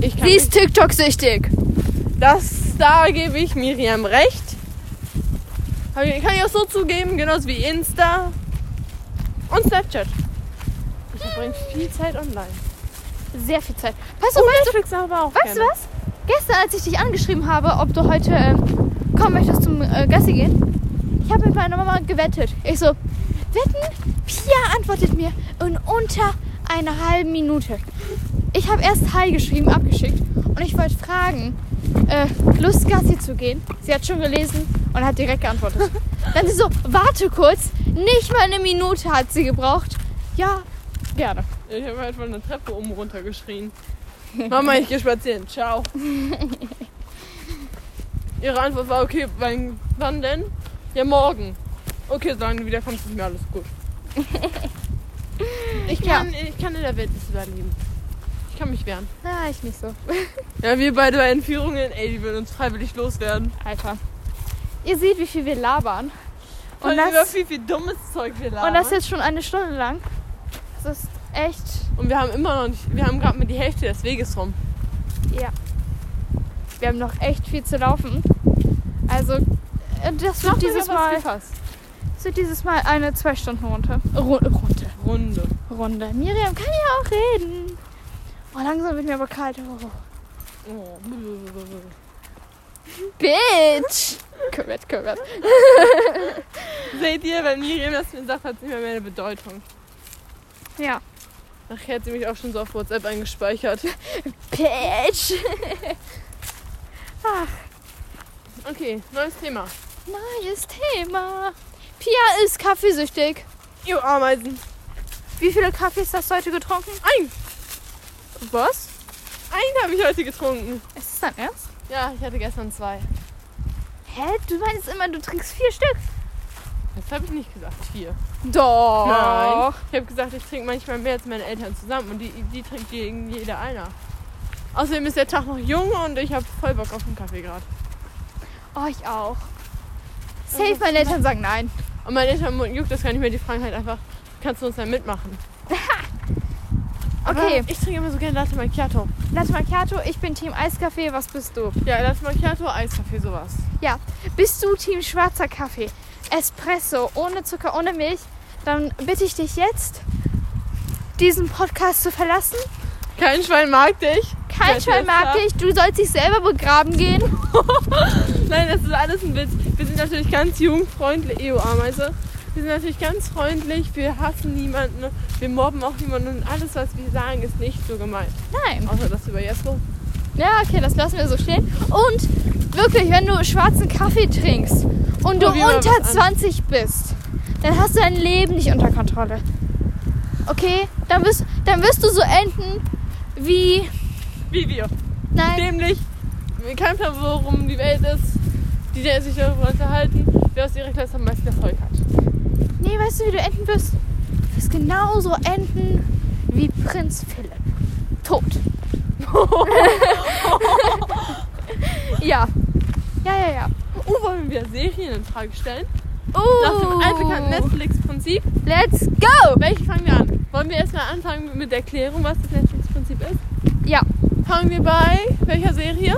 Ich kann
Sie ist TikTok-süchtig.
mich- das, da gebe ich Miriam recht. Hab ich- Kann ich auch so zugeben, genauso wie Insta und Snapchat. Ich verbringe viel Zeit online.
Sehr viel Zeit. Pass auf,
Und
weißt du,
Netflix aber auch
Oh, Weißt du
gerne.
was? Gestern, als ich dich angeschrieben habe, ob du heute ähm, kommen möchtest zum äh, Gassi gehen, ich habe mit meiner Mama gewettet. Ich so, wetten? Pia antwortet mir in unter einer halben Minute. Ich habe erst Hi geschrieben, abgeschickt und ich wollte fragen, äh, Lust Gassi zu gehen. Sie hat schon gelesen und hat direkt geantwortet. Dann sie so, warte kurz, nicht mal eine Minute hat sie gebraucht. Ja, gerne.
Ich habe halt von der Treppe oben runtergeschrien. Mama, ich gehe spazieren. Ciao. Ihre Antwort war, okay, wann, wann denn? Ja, morgen. Okay, solange du wiederkommst, ist mir alles gut. Ich kann, ich kann in der Welt nicht überleben. Ich kann mich wehren.
Ah, ich nicht so.
Ja, wir beide bei Entführungen, ey, die würden uns freiwillig loswerden.
Alter. Ihr seht, wie viel wir labern.
Und
Und
über
das,
viel, viel dummes Zeug wir labern.
und das jetzt schon eine Stunde lang. Das ist echt.
Und wir haben immer noch nicht, wir haben gerade mal die Hälfte des Weges rum.
Wir haben noch echt viel zu laufen. Also, äh, das
Noch
wird dieses
wieder was
Mal.
gefasst.
Das wird dieses Mal eine zwei Stunden Runde. Ru- Runde.
Runde.
Runde. Miriam kann ja auch reden. Oh, langsam wird mir aber kalt. Oh.
Oh.
Bitch! Kümmert, kümmert.
Seht ihr, wenn Miriam das mir sagt, hat es nicht mehr, mehr eine Bedeutung.
Ja.
Nachher hat sie mich auch schon so auf WhatsApp eingespeichert.
Bitch!
Okay, neues Thema.
Neues Thema. Pia ist kaffeesüchtig.
Ihr Ameisen.
Wie viele Kaffees hast du heute getrunken?
Ein!
Was?
Einen habe ich heute getrunken.
Ist das dein Ernst?
Ja, ich hatte gestern zwei.
Hä? Du meinst immer, du trinkst vier Stück?
Das habe ich nicht gesagt. Vier.
Doch.
Oh. Nein. Ich habe gesagt, ich trinke manchmal mehr als meine Eltern zusammen und die, die trinkt jeden- jeder einer. Außerdem ist der Tag noch jung und ich habe voll Bock auf einen Kaffee gerade.
Oh, ich auch. Safe, meine Eltern sagen nein.
Und meine Eltern juckt das gar nicht mehr, die fragen halt einfach, kannst du uns dann mitmachen? Aber
Okay,
Ich trinke immer so gerne Latte Macchiato.
Latte Macchiato, ich bin Team Eiskaffee, was bist du?
Ja, Latte Macchiato, Eiskaffee, sowas.
Ja, bist du Team schwarzer Kaffee? Espresso, ohne Zucker, ohne Milch? Dann bitte ich dich jetzt, diesen Podcast zu verlassen.
Kein Schwein mag dich.
Kein
Ja,
Schwein mag
Tessa.
dich, du sollst dich selber begraben gehen.
Nein, das ist alles ein Witz. Wir sind natürlich ganz jugendfreundlich, EU-Ameise. Wir sind natürlich ganz freundlich, wir hassen niemanden, wir mobben auch niemanden und alles, was wir sagen, ist nicht so gemeint.
Nein.
Außer das über Jesko.
Ja, okay, das lassen wir so stehen. Und wirklich, wenn du schwarzen Kaffee trinkst und du
Probier mal
unter
was an.
20 bist, dann hast du dein Leben nicht unter Kontrolle. Okay? Dann wirst, dann wirst du so enden wie.
Wie wir.
Nein.
Dämlich. Kein Plan, worum die Welt ist. Die, der sich darüber unterhalten, wer aus ihrer Klasse am meisten Erfolg hat.
Nee, weißt du, wie du enden wirst? Du wirst genauso enden wie Prinz Philipp. Tot. ja. Ja, ja, ja.
Oh, wollen wir wieder Serien in Frage stellen? Nach dem altbekannten
Uh,
Netflix-Prinzip.
let's go!
Welche fangen wir an? Wollen wir erstmal anfangen mit der Erklärung, was das Netflix-Prinzip ist?
Ja.
Fangen wir bei welcher Serie?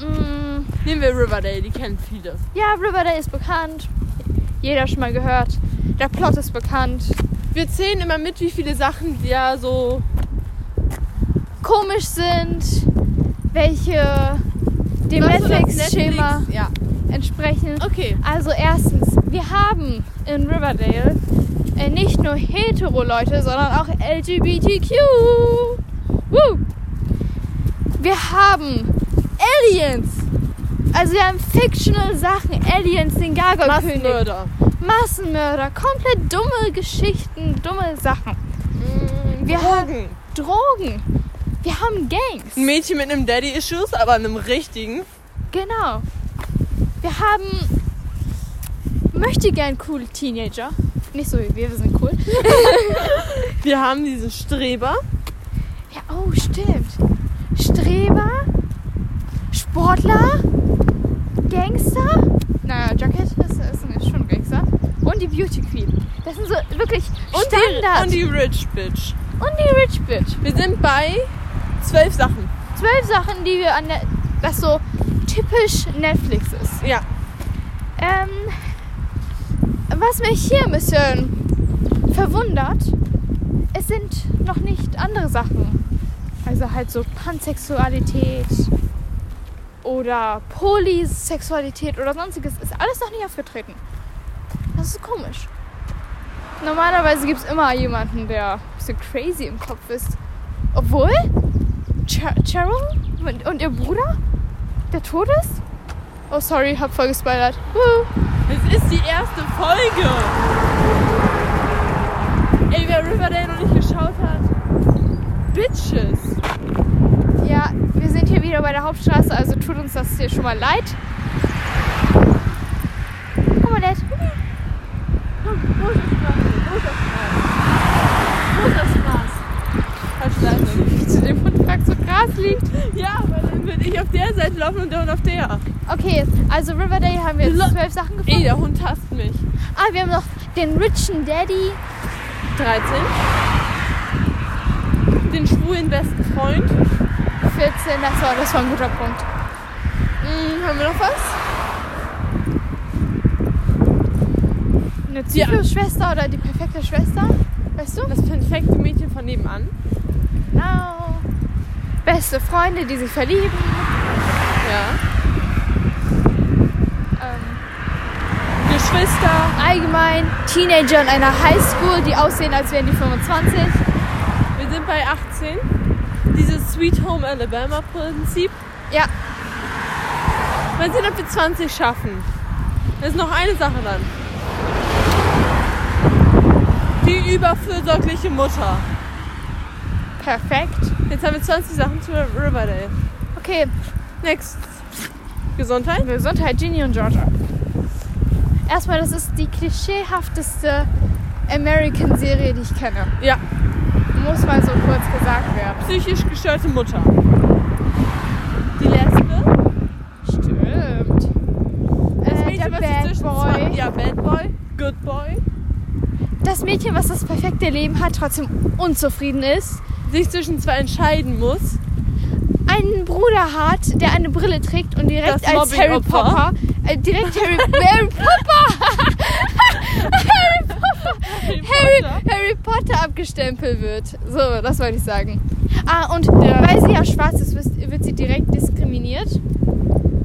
Mm.
Nehmen wir Riverdale, die kennen viele.
Ja, Riverdale ist bekannt. Jeder schon mal gehört. Der Plot ist bekannt.
Wir zählen immer mit, wie viele Sachen die ja so.
Komisch sind, welche dem
was so das
Netflix-Schema
Netflix- Ja.
entsprechen.
Okay.
Also erstens, wir haben in Riverdale äh, nicht nur Hetero-Leute, sondern auch LGBTQ. Woo! Wir haben Aliens. Also wir haben fictional Sachen. Aliens, den Gargoyle-König.
Massenmörder.
Massenmörder, komplett dumme Geschichten, dumme Sachen.
Mm,
Wir
Drogen.
Drogen. Wir haben Gangs.
Ein Mädchen mit einem Daddy-Issues, aber einem richtigen.
Genau. Wir haben möchte gern coole Teenager. Nicht so wie wir, wir sind cool.
Wir haben diesen Streber.
Ja, oh, stimmt. Streber, Sportler, Gangster. Naja, Jacket ist, ist schon ein Gangster. Und die Beauty Queen. Das sind so wirklich
Und die,
Standard.
und die Rich Bitch.
und die Rich Bitch.
Wir sind bei zwölf Sachen.
Zwölf Sachen, die wir an der. Was so typisch Netflix ist.
Ja.
Ähm, was mich hier ein bisschen verwundert, es sind noch nicht andere Sachen. Also halt so Pansexualität oder Polysexualität oder sonstiges ist alles noch nicht aufgetreten. Das ist komisch. Normalerweise gibt es immer jemanden, der ein bisschen crazy im Kopf ist. Obwohl, Cher Cheryl und, und ihr Bruder, der tot ist? Oh, sorry, hab voll gespoilert. Woo.
Es ist die erste Folge. Ey, wer Riverdale noch nicht geschaut hat. Bitches.
Ja, wir sind hier wieder bei der Hauptstraße, also tut uns das hier schon mal leid. Guck mal, Dad.
Großer Spaß. Hast du leider nicht.
Wie zu dem Hund fragst, so Gras liegt.
Ja, aber dann würde ich auf der Seite laufen und der Hund auf der.
Okay, also Riverdale haben wir
Lo-
jetzt zwölf Sachen
Ey,
gefunden.
der Hund hasst mich.
Ah, wir haben noch den richen Daddy.
13. Den schwulen besten Freund.
14, das war, das war ein guter Punkt.
Hm, haben wir noch was?
Eine
Ja.
Psychoschwester oder die perfekte Schwester? Weißt du?
Das perfekte Mädchen von nebenan.
Genau. Beste Freunde, die sich verlieben.
Ja.
Ähm,
Geschwister.
allgemein Teenager in einer Highschool, die aussehen, als wären die 25.
Wir sind bei 18. Dieses Sweet Home Alabama Prinzip.
Ja,
Mal sehen, ob wir 20 schaffen. Da ist noch eine Sache dann. Die überfürsorgliche Mutter.
perfekt.
Jetzt haben wir 20 Sachen zu Riverdale.
Okay,
Next. Gesundheit?
Gesundheit, Ginny und Georgia. Erstmal, das ist die klischeehafteste American-Serie, die ich kenne.
Ja.
Muss mal so kurz gesagt werden.
Psychisch gestörte Mutter. Die Lesbe.
Stimmt.
Das
Äh, der
Mädchen, was sich
Bad
zwischen
Boy.
zwei- Ja, Bad Boy. Good Boy.
Das Mädchen, was das perfekte Leben hat, trotzdem unzufrieden ist.
Sich zwischen zwei entscheiden muss.
Einen Bruder hat, der eine Brille trägt und direkt
Das
als Harry Popper.
Mobbing-Opfer.
Äh, direkt Harry, Harry Harry, Harry Potter abgestempelt wird. So, das wollte ich sagen. Ah, und weil sie ja schwarz ist, wird wird sie direkt diskriminiert.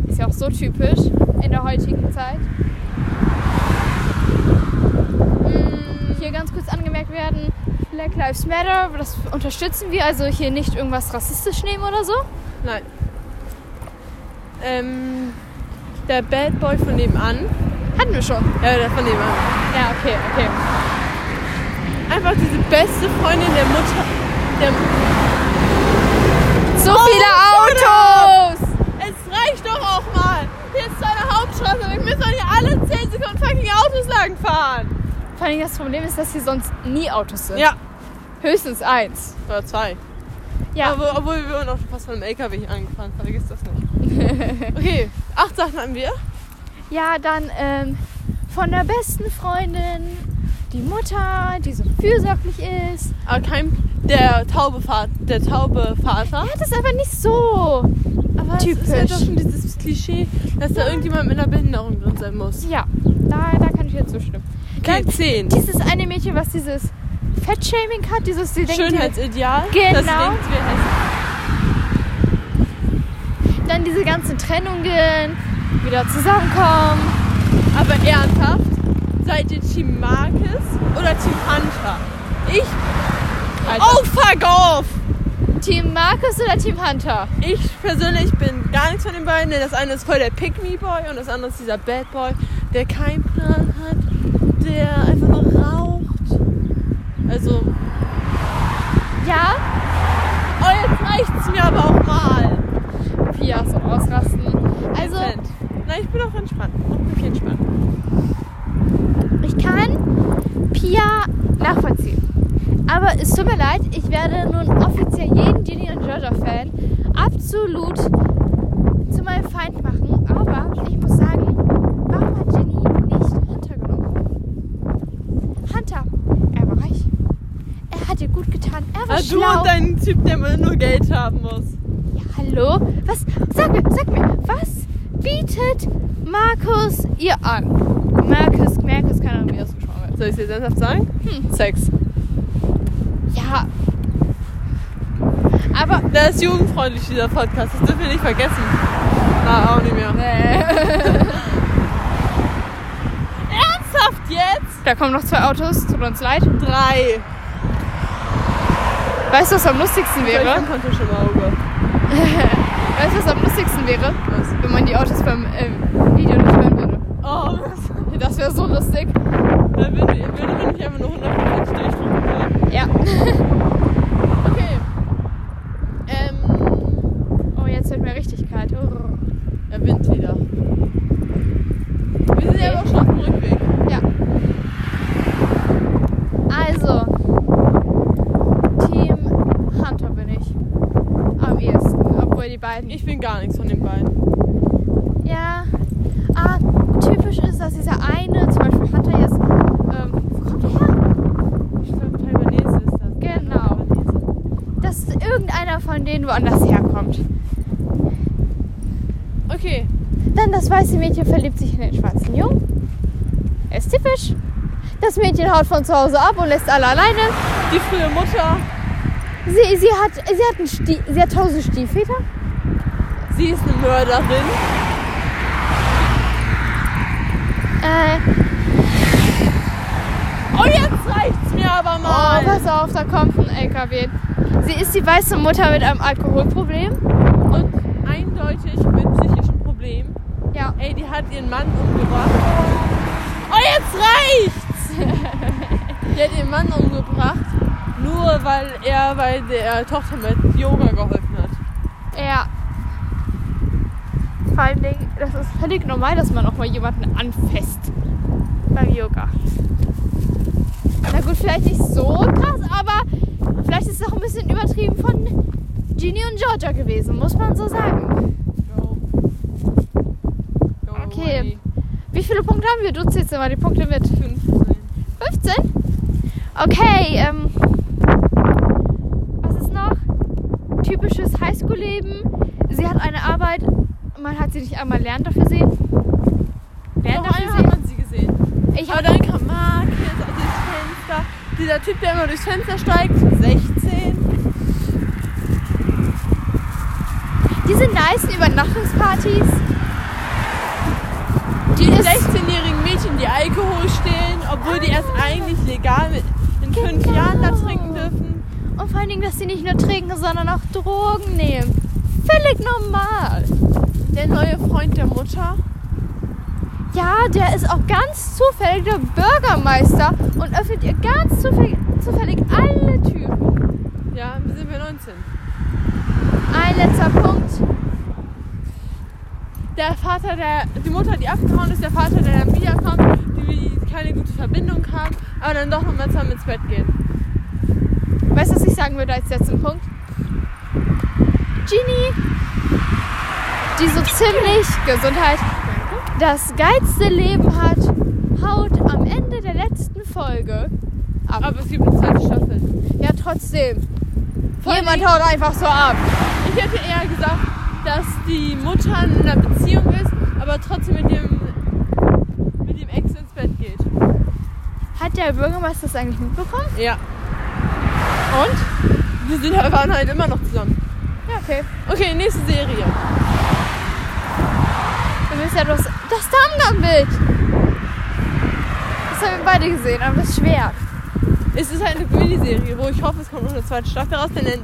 Ist ja auch so typisch in der heutigen Zeit. Mm, Hier ganz kurz angemerkt werden, Black Lives Matter, das unterstützen wir, also hier nicht irgendwas rassistisch nehmen oder so.
Nein. Ähm, der Bad Boy von nebenan.
Hatten wir schon.
Ja, der von nebenan.
Ja, okay, okay.
Einfach diese beste Freundin der Mutter. Der,
So viele Autos!
es reicht doch auch mal. Hier ist so eine Hauptstraße. Wir müssen doch hier alle 10 Sekunden fucking Autos lang fahren.
Vor allem das Problem ist, dass hier sonst nie Autos sind.
Ja.
Höchstens eins.
Oder zwei.
Ja.
Obwohl, obwohl wir noch fast von einem LKW angefahren. Vergiss das nicht. Okay, acht Sachen haben wir.
Ja, dann ähm, von der besten Freundin, die Mutter, die so fürsorglich ist.
Aber kein. Der taube, Vater, der taube Vater.
Hat es Ah, aber nicht so.
Aber es ist
Typisch.
halt doch schon dieses Klischee, dass da irgendjemand mit einer Behinderung drin sein muss.
Ja, da, da kann ich dir zustimmen.
Okay, zehn.
Dieses eine Mädchen, was dieses Fettshaming hat, dieses, sie denkt,
Schönheitsideal.
Genau.
Das denkt, wir hässlich.
dann diese ganzen Trennungen, wieder zusammenkommen.
Aber ernsthaft, seid ihr Team Marcus oder Team Hunter? Ich.
Halt
Oh, fuck off!
Team Markus oder Team Hunter?
Ich persönlich bin gar nichts von den beiden, denn das eine ist voll der Pick-Me-Boy und das andere ist dieser Bad Boy, der keinen Plan hat, der einfach nur raucht. Also,
Ja,
oh, jetzt reicht's. reicht's mir aber auch mal.
Pia zum Ausrasten. Also,
Dezent. Nein, ich bin auch entspannt. Auch wirklich entspannt.
ich kann Pia nachvollziehen. Aber es tut mir leid, ich werde nun offiziell jeden Ginny und Georgia-Fan absolut zu meinem Feind machen. Aber ich muss sagen, warum hat Ginny nicht Hunter genommen? Hunter, er war reich. Er hat ihr gut getan. Er war
Ah, du
Also schlau.
und dein Typ, der immer nur Geld haben muss.
Ja, hallo? Was? Sag mir, sag mir, was bietet Markus ihr an? Markus, Markus, keine Ahnung, wie das gesprochen wird.
Soll ich dir ernsthaft sagen?
Hm.
Sex.
Ja. Aber.
Das ist jugendfreundlich, dieser Podcast. Das dürfen wir nicht vergessen. Na, auch nicht mehr.
Äh.
Ernsthaft jetzt?
Da kommen noch zwei Autos, tut uns leid.
Drei.
Weißt du, was am lustigsten
Soll Ich
wäre?
ein Konto im Auge.
Weißt du, was am lustigsten wäre? Wenn man die Autos beim ähm, Video nicht hören würde.
Oh, was?
Das wäre so lustig.
Dann würde, würde man nicht einfach nur 100% durchdrücken können.
Ja.
Okay. Ähm.
Oh, jetzt wird mir richtig kalt. Oh.
Der Wind wieder. Wir sind ja aber auch schon auf dem Rückweg.
Ja. Also, Team Hunter bin ich. Am ehesten, obwohl die beiden.
Ich bin gar nichts von den beiden.
Ja. Ah, typisch ist, dass dieser eine, zum Beispiel Hunter jetzt. Ähm, wo kommt der her?
Ich glaube, Taiwanese ist das.
Genau. Dass irgendeiner von denen woanders herkommt.
Okay.
Dann das weiße Mädchen verliebt sich in den schwarzen Jungen. Ist typisch. Das Mädchen haut von zu Hause ab und lässt alle alleine.
Die frühe Mutter.
Sie, sie, hat, sie, hat, einen Stie sie hat tausend Stiefväter.
Sie ist eine Mörderin.
Äh,
Oh, jetzt reicht's mir aber mal.
Oh, pass auf, da kommt ein LKW. Sie ist die weiße Mutter mit einem Alkoholproblem.
Und eindeutig mit psychischen Problemen.
Ja.
Ey, die hat ihren Mann umgebracht. Oh, jetzt reicht's! die hat ihren Mann umgebracht, nur weil er bei der Tochter mit Yoga geholfen hat.
Ja. Vor allem, das ist völlig normal, dass man auch mal jemanden anfasst. Beim Yoga. Na gut, vielleicht nicht so krass, aber vielleicht ist es auch ein bisschen übertrieben von Ginny und Georgia gewesen, muss man so sagen.
Go. Go
Okay.
away.
Wie viele Punkte haben wir? Du zählst immer die Punkte mit.
15.
15? Okay, ähm. Was ist noch? Typisches Highschool-Leben. Sie hat eine Arbeit. Man hat sie nicht einmal lernen dafür sehen. Lernen
Noch
dafür
einmal hat
sehen?
man sie gesehen.
Ich
Aber
hab,
dann kam Mark jetzt aus dem Fenster. Dieser Typ, der immer durchs Fenster steigt, 16.
diese nice Übernachtungspartys. Die ist.
16-jährigen Mädchen, die Alkohol stehlen, obwohl die erst eigentlich legal mit in fünf
Genau.
Jahren da trinken dürfen.
Und vor allen Dingen, dass sie nicht nur trinken, sondern auch Drogen nehmen. Völlig normal.
Der neue Freund der Mutter.
Ja, der ist auch ganz zufällig der Bürgermeister und öffnet ihr ganz zufällig, zufällig alle Türen.
Ja, sind wir 19.
Ein letzter Punkt.
Der Vater, der, die Mutter, die abgehauen ist, der Vater, der dann wiederkommt, die, die keine gute Verbindung haben, aber dann doch nochmal zusammen ins Bett gehen.
Weißt du, was ich sagen würde als letzten Punkt? Genie, die so ziemlich Gesundheit das geilste Leben hat, haut am Ende der letzten Folge.
Aber es gibt eine zweite Staffel.
Ja, trotzdem.
Vor allen
Jemand
Dingen-
haut einfach so ab.
Ich hätte eher gesagt, dass die Mutter in einer Beziehung ist, aber trotzdem mit dem, mit dem Ex ins Bett geht.
Hat der Bürgermeister das eigentlich mitbekommen?
Ja. Und? Wir sind, waren halt immer noch zusammen.
Ja, okay.
Okay, nächste Serie.
Du bist ja das, das Thumbnail-Bild. Das haben wir beide gesehen, aber es ist schwer.
Es ist halt eine Miniserie, wo ich hoffe, es kommt noch eine zweite Staffel raus, denn in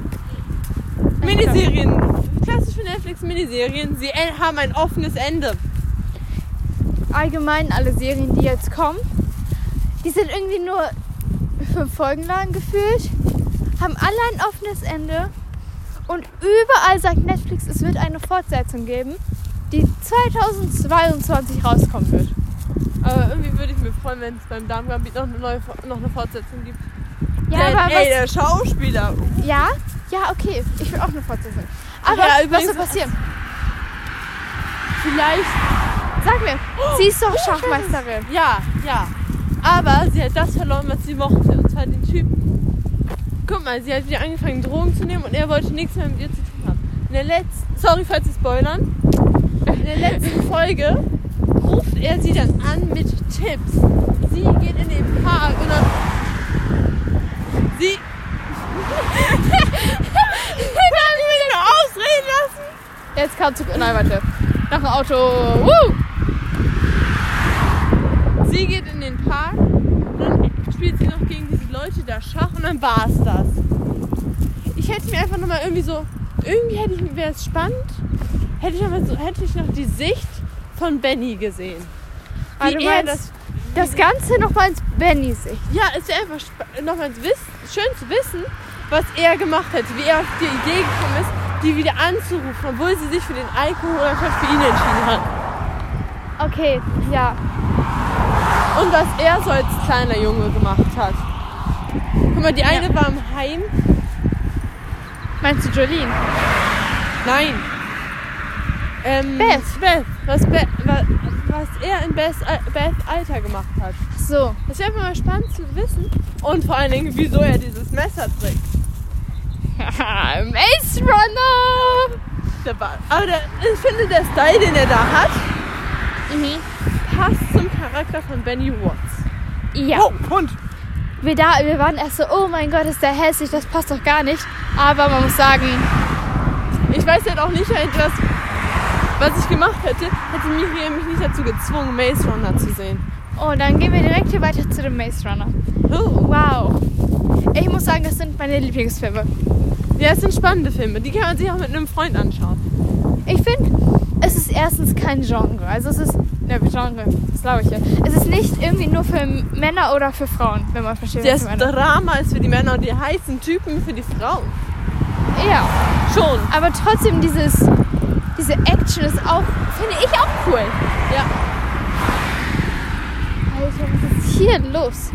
Miniserien, klassische Netflix-Miniserien, sie en- haben ein offenes Ende.
allgemein alle Serien, die jetzt kommen, die sind irgendwie nur fünf Folgen lang gefühlt, haben alle ein offenes Ende Und überall sagt Netflix, es wird eine Fortsetzung geben, die 2022 rauskommen wird.
Aber irgendwie würde ich mir freuen, wenn es beim Darmgambit noch eine, neue, noch eine Fortsetzung gibt.
Ja,
Denn,
aber
ey,
was,
der Schauspieler.
ja, ja, okay. Ich will auch eine Fortsetzung. Aber
Ja,
was
übrigens-
soll passieren?
Vielleicht.
Sag mir, sie ist doch Schachmeisterin.
Äh, Ja, ja. Aber sie hat das verloren, was sie mochte. Und zwar den Typen. Guck mal, sie hat wieder angefangen, Drogen zu nehmen und er wollte nichts mehr mit ihr zu tun haben. In der letzten. Sorry, falls sie spoilern. In der letzten Folge ruft er sie dann an mit Tipps. Sie geht in den Park und dann. Sie. Kann ich mich noch ausreden lassen?
Jetzt kam Zug. Nein, warte. Nach dem Auto. Woo!
Sie geht in den Park, dann spielt sie noch gegen diese Leute da Schach und dann war's das. Ich hätte mir einfach nochmal irgendwie so, irgendwie hätte ich, wäre es spannend, hätte ich, noch mal so, hätte ich noch die Sicht von Benny gesehen.
Ah, du meinst, Das Ganze nochmal ins Bennys Sicht.
ja, es wäre einfach spa- nochmal wiss- schön zu wissen, was er gemacht hätte, wie er auf die Idee gekommen ist, die wieder anzurufen, obwohl sie sich für den Alkohol anstatt für ihn entschieden hat.
Okay, ja.
Und was er so als kleiner Junge gemacht hat. Guck mal, die eine war im Heim.
Meinst du Jolene?
Nein. Ähm,
Beth.
Beth. Was, Be was, was er in Beths, Al Beths Alter gemacht hat.
So.
Das wäre einfach mal spannend zu wissen. Und vor allen Dingen, wieso er dieses Messer trägt.
Maze Runner!
Der war, aber der, ich finde, der Style, den er da hat,
Mhm.
passt zum Charakter von Benny Watts.
Ja.
Oh, Hund.
Wir, da, wir waren erst so, oh mein Gott, ist der hässlich, das passt doch gar nicht. Aber man muss sagen,
Ich weiß halt auch nicht, was, was ich gemacht hätte, hätte Miriam mich nicht dazu gezwungen, Maze Runner zu sehen.
oh, dann gehen wir direkt hier weiter zu dem Maze Runner.
Oh.
Wow. Ich muss sagen, das sind meine Lieblingsfilme.
Ja, es sind spannende Filme. Die kann man sich auch mit einem Freund anschauen.
Ich finde, es ist erstens kein Genre. Also es ist, ne, Genre, das glaube ich ja. Es ist nicht irgendwie nur für Männer oder für Frauen, wenn man versteht,
Das
was ich meine.
Drama ist für die Männer und die heißen Typen für die Frauen.
Ja.
Schon.
Aber trotzdem dieses, diese Action ist auch, finde ich auch cool.
Ja.
Alter, was ist hier los?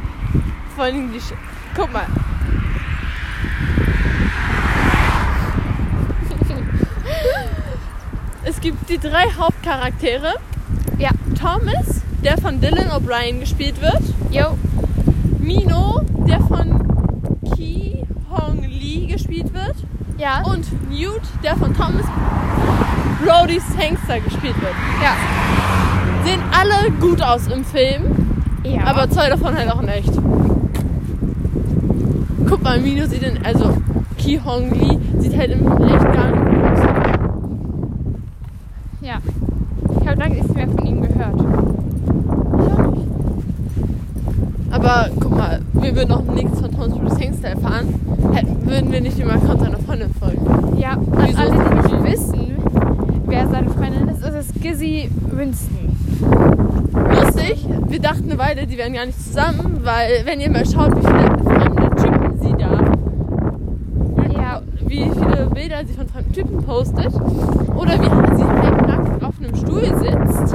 Vor allen Dingen die Sch Guck mal. es gibt die drei Hauptcharaktere.
Ja.
Thomas, der von Dylan O'Brien gespielt wird.
Yo.
Mino, der von Ki Hong Lee gespielt wird.
Ja.
Und Newt, der von Thomas Brody's Hangster gespielt wird.
ja.
Sehen alle gut aus im Film.
Ja.
Aber zwei davon halt auch in echt. Guck mal, Mino sieht in, also Ki Hong Lee sieht halt im echt gar nicht gut aus.
ja. Ich habe lange nichts mehr von ihm gehört.
Aber guck mal, wir würden auch nichts von Tom's Bruce Hangster erfahren, hätten, würden wir nicht dem Account seiner Freundin folgen.
Ja. Und
Wieso?
alle, die nicht wissen, wer seine Freundin ist, ist es Gizzy Winston.
Lustig, wir dachten eine Weile, die wären gar nicht zusammen, weil wenn ihr mal schaut, wie viele fremde Typen sie da,
Ja.
wie viele Bilder sie von fremden Typen postet oder wie sie halbnackt auf einem Stuhl sitzt.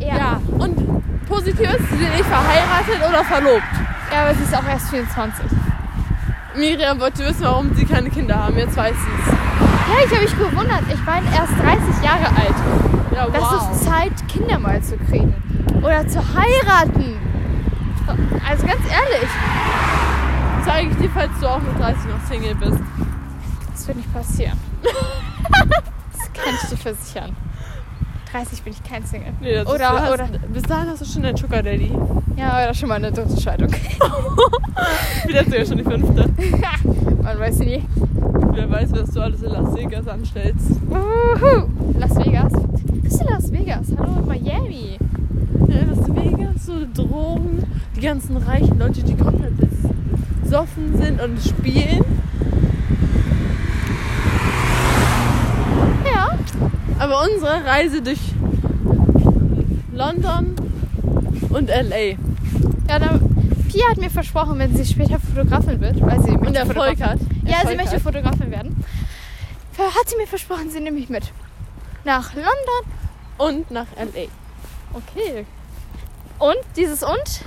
Ja.
Ja.
ja.
Und positiv ist, sie sind nicht verheiratet oder verlobt.
aber sie ist auch erst 24.
Miriam wollte wissen, warum sie keine Kinder haben. Jetzt weiß sie es.
Ja, ich habe mich gewundert. Ich war erst 30 Jahre alt.
Ja,
Das ist Zeit, Kinder mal zu kriegen. Oder zu heiraten. Also ganz ehrlich.
zeige ich dir, falls du auch mit 30 noch Single bist.
Das wird nicht passieren. das kann ich dir versichern. 30 bin ich kein Single.
Nee, das
Oder-
du hast,
oder-
Bis dahin hast du schon deinen Sugar Daddy.
Ja, oder schon mal eine dritte Scheidung.
Vielleicht sogar schon die fünfte.
Man weiß nie.
Wer weiß, was du alles in Las Vegas anstellst.
Uhu. Las Vegas. Das ist ja Las Vegas. Hallo in Miami.
Ja, Las Vegas, so Drogen, die ganzen reichen Leute, die komplett besoffen sind und spielen.
Ja.
Aber unsere Reise durch London und LA.
Ja, dann. Pia hat mir versprochen, wenn sie später Fotografin wird, weil sie möchte
Und Erfolg
Fotografin-
hat.
Ja, sie
Erfolg
möchte
hat.
Fotografin werden. hat sie mir versprochen, sie nimmt mich mit. Nach London.
Und nach LA.
Okay. Und dieses und,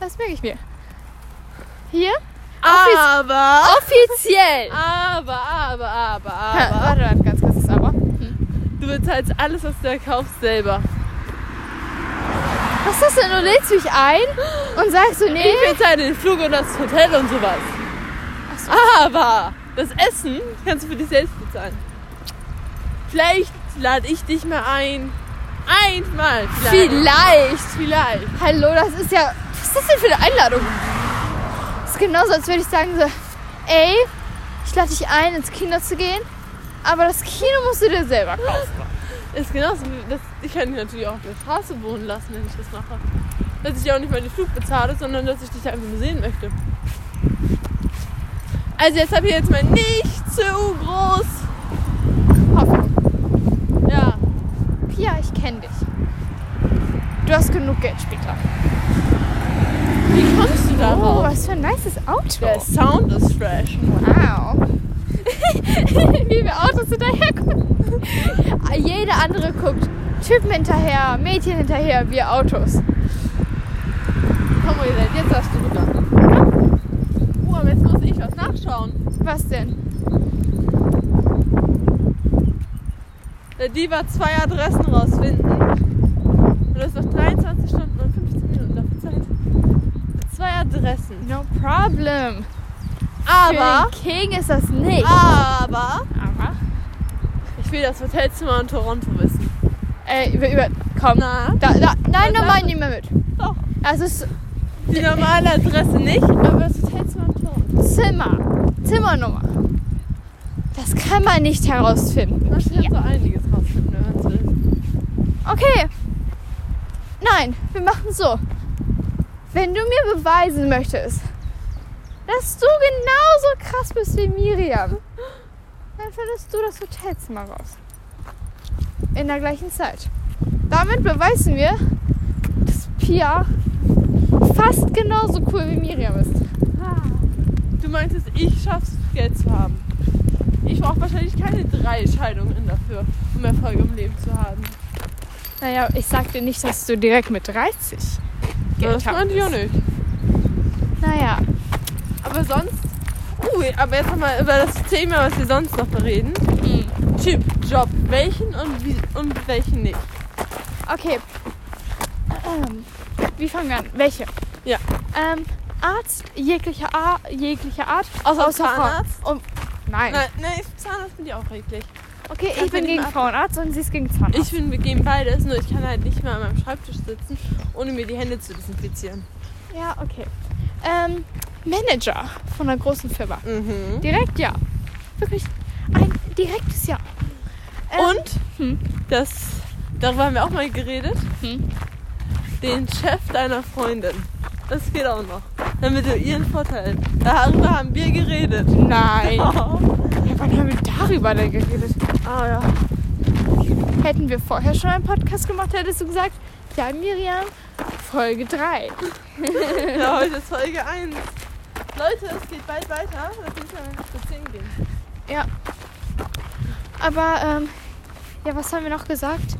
das merke ich mir. Hier, Office-
Aber,
offiziell.
aber, aber, aber,
Ha,
aber.
Warte, warte, ganz kurzes Aber.
Du bezahlst alles, was du da kaufst, selber.
Was ist das denn? Du lädst mich ein und sagst so, nee.
Ich bezahle den Flug und das Hotel und sowas.
Ach so.
Aber das Essen kannst du für dich selbst bezahlen. Vielleicht lade ich dich mal ein. Einmal. Vielleicht.
Vielleicht.
Vielleicht.
Hallo, das ist ja. Was ist das denn für eine Einladung? Das ist genauso, als würde ich sagen so, ey, ich lade dich ein, ins Kino zu gehen, aber das Kino musst du dir selber kaufen.
Ist genauso. wie Das, ich kann dich natürlich auch auf der Straße wohnen lassen, wenn ich das mache. Dass ich dir auch nicht mal den Flug bezahle, sondern dass ich dich einfach nur sehen möchte. Also jetzt habe ich jetzt mal nicht zu groß.
Hoffen.
Ja.
Pia, ich kenne dich. Du hast genug Geld später.
Wie kommst du
Oh,
darauf?
was für ein nices Auto.
Der Sound ist fresh.
Wow. Wie wir Autos hinterhergucken. Jeder andere guckt. Typen hinterher, Mädchen hinterher, wir Autos.
Komm, Elend, jetzt darfst du runter. Oh, aber jetzt muss ich was nachschauen.
Was denn?
Der Dieb hat zwei Adressen rausfinden. Und du hast noch 23 Stunden und 15 Minuten dafür Zeit. Zwei Adressen.
No problem.
Aber,
Für den King ist das nicht.
aber,
Aber.
ich will das Hotelzimmer in Toronto wissen.
Ey, über, über, komm.
Na?
Da, da, nein,
Was
da
sagst
ich
du?
nicht mehr mit.
Doch.
Also es ist
Die normale Adresse nicht, aber das Hotelzimmer in Toronto.
Zimmer. Zimmernummer. Das kann man nicht herausfinden.
Da steht so einiges rausfinden, wenn man es will.
Okay. Nein, wir machen so. Wenn du mir beweisen möchtest, dass du genauso krass bist wie Miriam, dann findest du das Hotelzimmer raus. In der gleichen Zeit. Damit beweisen wir, dass Pia fast genauso cool wie Miriam ist.
Du meintest, ich schaff's, Geld zu haben. Ich brauche wahrscheinlich keine drei Scheidungen dafür, um Erfolg im Leben zu haben.
Naja, ich sag dir nicht, dass du direkt mit 30 Geld
das
haben
meinte ich auch
wirst.
nicht.
Naja,
Aber sonst. Uh, aber jetzt nochmal über das Thema, was wir sonst noch bereden.
Hm.
Typ, Job. Welchen und, wie, und welchen nicht?
Okay. Ähm, wie fangen wir an? Welche?
Ja.
Ähm, Arzt jeglicher, Ar jeglicher Art.
Außer
Frau-
Zahnarzt?
Um, nein.
Nein, nein, ich, Zahnarzt bin ich auch eklig.
Okay,
Kannst
ich
du
bin
nicht
gegen
mal-
Frauenarzt und sie ist gegen Zahnarzt.
Ich bin, wir gehen beides, nur ich kann halt nicht mehr an meinem Schreibtisch sitzen, ohne mir die Hände zu desinfizieren.
ja, okay. Ähm, Manager von einer großen Firma.
Mhm.
Direkt ja. Wirklich ein direktes Ja. Ähm,
Und
Hm.
das, darüber haben wir auch mal geredet,
Hm.
den Chef deiner Freundin. Das geht auch noch. Damit du ihren Vorteil. Darüber haben wir geredet.
Nein.
Oh.
ja, wann haben wir darüber denn geredet?
Ah ja.
Hätten wir vorher schon einen Podcast gemacht, hättest du gesagt, ja, Miriam, Folge 3.
Ja, heute ist Folge 1. Leute, es geht bald weiter. Lass uns mal spazieren gehen.
Aber ähm, ja, was haben wir noch gesagt?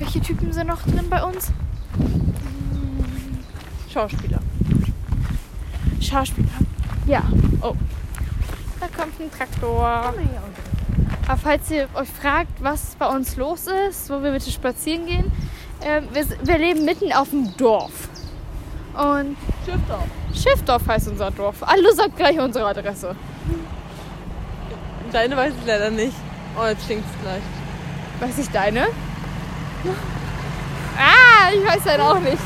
Welche Typen sind noch drin bei uns?
Schauspieler.
Schauspieler. Ja. Oh. Da kommt ein Traktor. Aber falls ihr euch fragt, was bei uns los ist, wo wir bitte spazieren gehen, ähm, wir, s- wir leben mitten auf dem Dorf. Und
Schiff auf.
Schiffdorf heißt unser Dorf. Alle sagt gleich unsere Adresse.
Deine weiß ich leider nicht. Oh, jetzt stinkt's gleich.
Weiß ich deine? Ah, ich weiß deine auch nicht.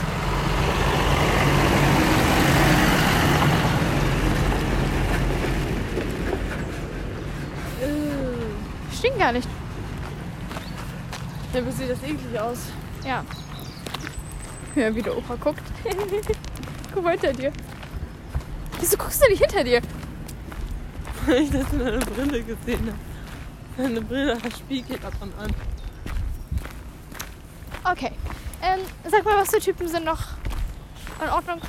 Äh, Stinkt gar nicht.
Dann ja, sieht das eklig aus.
Ja. Ja, wie der Opa guckt. Guck mal hinter dir. Wieso guckst du nicht hinter dir?
Weil ich das in deiner Brille gesehen habe. Deine Brille spiegelt ab und an.
Okay. Ähm, sag mal, was für Typen sind noch in Ordnung?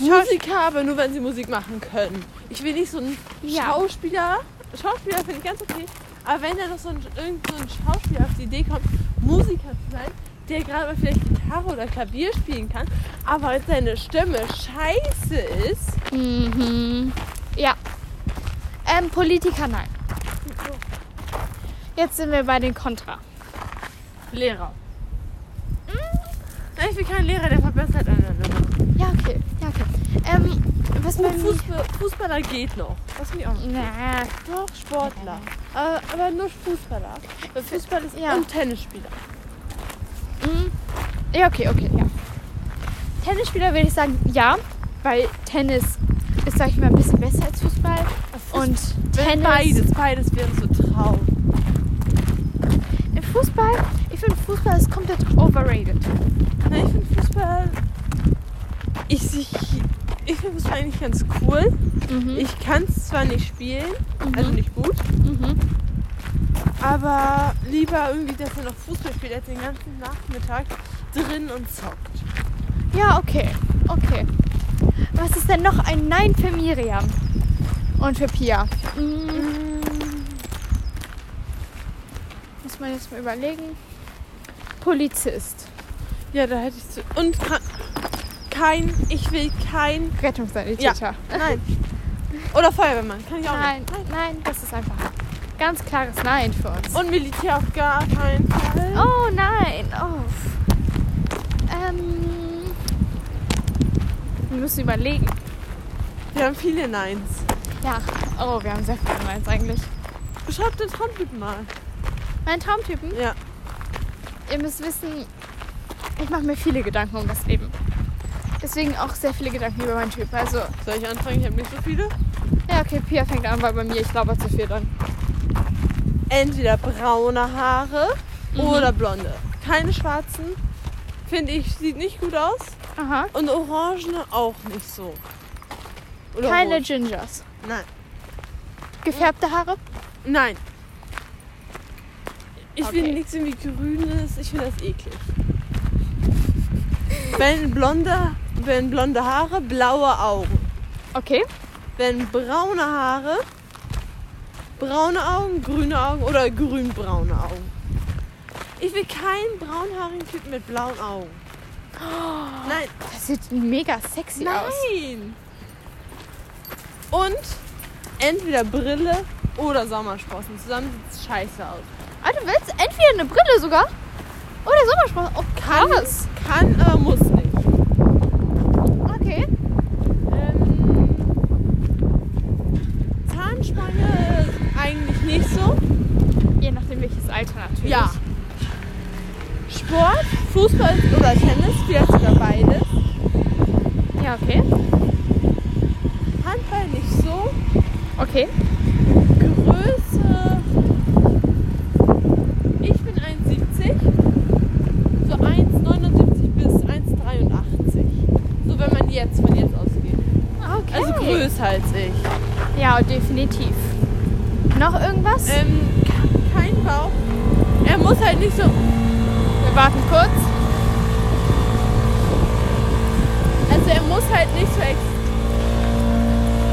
Musiker, aber nur wenn sie Musik machen können. Ich will nicht so einen
Ja.
Schauspieler, Schauspieler finde ich ganz okay. Aber wenn da noch so ein, irgend so ein Schauspieler auf die Idee kommt, Musiker zu sein, der gerade mal vielleicht Gitarre oder Klavier spielen kann, aber seine Stimme scheiße ist,
Mhm. Ja. Ähm, Politiker, nein. Jetzt sind wir bei den Kontra.
Lehrer. Nein, ich will keinen Lehrer, der verbessert einen.
Ja, okay. Ja, okay. Ähm, was
Oh,
bei mir-
Fußball, Fußballer geht noch. Das finde ich auch noch.
Na,
Doch, Sportler. Aber, aber nur Fußballer. Weil Fußball ist
Äh, Ja.
und Tennisspieler.
Mhm. Ja, okay, okay, ja. Tennisspieler würde ich sagen, ja, weil Tennis ist, sag ich mal, ein bisschen besser als Fußball. Und
Wenn
Tennis.
beides, beides wäre so traurig.
Im Fußball, ich finde Fußball ist komplett overrated.
Na, ich finde Fußball. Ich, ich, ich finde Fußball eigentlich ganz cool.
Mhm.
Ich kann es zwar nicht spielen, also nicht gut,
Mhm.
aber lieber irgendwie, dass er noch Fußball spielt, als den ganzen Nachmittag drin und zockt.
Ja, okay, okay. Was ist denn noch ein Nein für Miriam? Und für Pia? Mhm. Muss man jetzt mal überlegen. Polizist.
Ja, da hätte ich zu. Und ka- kein, ich will kein.
Rettungssanitäter.
Nein. Oder Feuerwehrmann, kann ich auch
Nein, nein, das ist einfach ein ganz klares Nein für uns.
nicht. Und Militär auf gar keinen Fall.
Oh nein. Oh. Ähm, wir müssen überlegen.
Wir haben viele Neins.
Ja. Oh, wir haben sehr viele Neins eigentlich.
Schreibt den Trumpet mal.
Mein Traumtypen,
Ja.
ihr müsst wissen, ich mache mir viele Gedanken um das Leben. Deswegen auch sehr viele Gedanken über meinen Typ. Also,
Soll ich anfangen? Ich habe nicht so viele.
ja, okay, Pia fängt an, weil bei mir, ich glaube, zu viel dann.
entweder braune Haare
Mhm.
oder blonde. Keine schwarzen, finde ich, sieht nicht gut aus.
Aha.
Und orangene auch nicht so. Oder
Keine
rot.
Gingers.
Nein.
Gefärbte Haare?
Nein. Ich
Okay.
finde nichts irgendwie Grünes, ich finde das eklig. Wenn blonde, wenn blonde Haare, blaue Augen.
Okay.
Wenn braune Haare, braune Augen, grüne Augen oder grünbraune Augen. Ich will keinen braunhaarigen Typen mit blauen Augen. Nein,
Das Oh, sieht mega sexy aus.
nein. Und entweder Brille oder Sommersprossen. Zusammen sieht es scheiße aus.
Ah, du willst entweder eine Brille sogar oder Sommersprossen. Oh,
Kann,
krass.
kann aber muss nicht.
Okay.
Ähm, Zahnspange eigentlich nicht so.
Je nachdem welches Alter natürlich.
Ja. Sport, Fußball oder Tennis, vielleicht sogar beides.
Ja, okay.
Handball nicht so.
Okay.
Größe. Ich bin 1,70. So 1,79 bis 1,83. So wenn man jetzt von jetzt ausgeht.
Okay.
Also größer als ich.
Ja, definitiv. Noch irgendwas? Äh,
Ähm, ke- kein Bauch. Er muss halt nicht so.
wir warten kurz.
Also er muss halt nicht so extrem.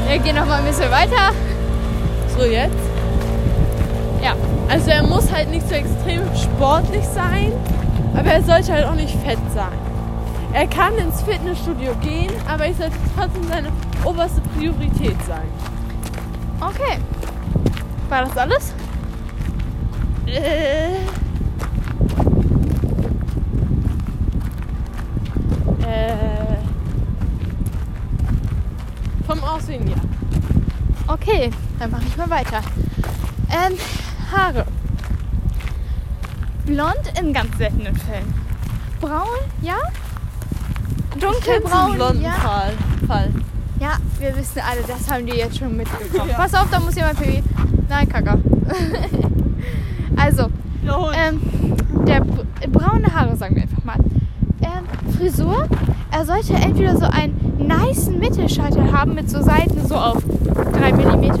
Wir gehen noch mal ein bisschen weiter.
So jetzt?
Ja.
Also er muss halt nicht so extrem sportlich sein, aber er sollte halt auch nicht fett sein. Er kann ins Fitnessstudio gehen, aber ich sollte trotzdem seine oberste Priorität sein.
Okay. War das alles?
Äh. Äh. Vom Aussehen ja.
Okay, dann mache ich mal weiter. Ähm, Haare. Blond in ganz seltenen Fällen. Braun, ja? Dunkelbraun, ja.
Fall. Fall.
Ja, wir wissen alle, das haben die jetzt schon mitbekommen.
Ja.
Pass auf, da muss jemand Pipi. Nein, Kaka. also, ähm, der br- äh, braune Haare, sagen wir einfach mal. Ähm, Frisur, er sollte entweder so einen niceen Mittelscheitel haben mit so Seiten so auf 3 mm.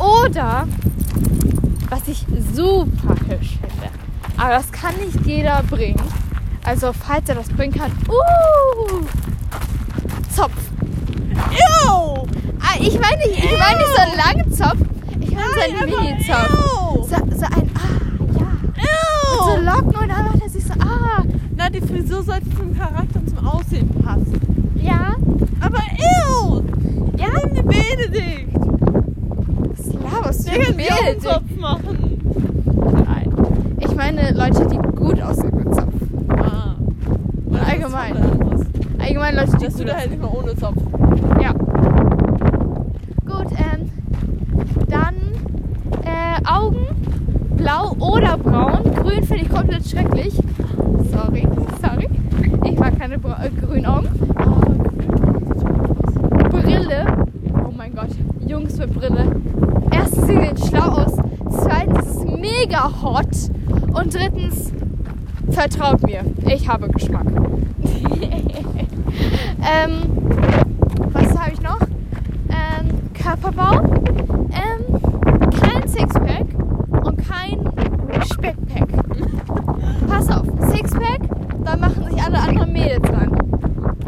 Oder, was ich super hübsch finde, aber das kann nicht jeder bringen. Also, falls er das bringen kann, uh, Zopf.
Ew!
Ah, ich meine nicht, ich meine nicht so einen langen Zopf. Ich meine so einen Mini-Zopf. So, so ein, ah, ja. So Locken und dann macht er sich so, ah,
Na, die Frisur sollte zum Charakter und zum Aussehen passen.
ja.
Aber ew!
Ja?
Nimm die Benedikt!
Was laberst du
Der
für
kann mir auch einen
Bild?
Zopf machen.
Nein. Ich meine Leute, die gut aussehen mit Zopf.
Ah. Oder das
allgemein.
ist voll anders.
Allgemein Leute, die
Dass du
gut
da halt nicht mal ohne Zopf.
halt Gut, ähm, dann äh, Augen, blau oder braun. Grün finde ich komplett schrecklich. Sorry, sorry. Ich mag keine Bra äh, grünen Augen. Brille. Oh mein Gott, Jungs mit Brille. Erstens, sie sehen schlau aus. Zweitens, es ist mega hot. Und drittens, vertraut mir, ich habe Geschmack. ähm, was habe ich noch? ähm, Körperbau, ähm, kein Sixpack und kein Speckpack. Pass auf, Sixpack, da machen sich alle anderen Mädels dran.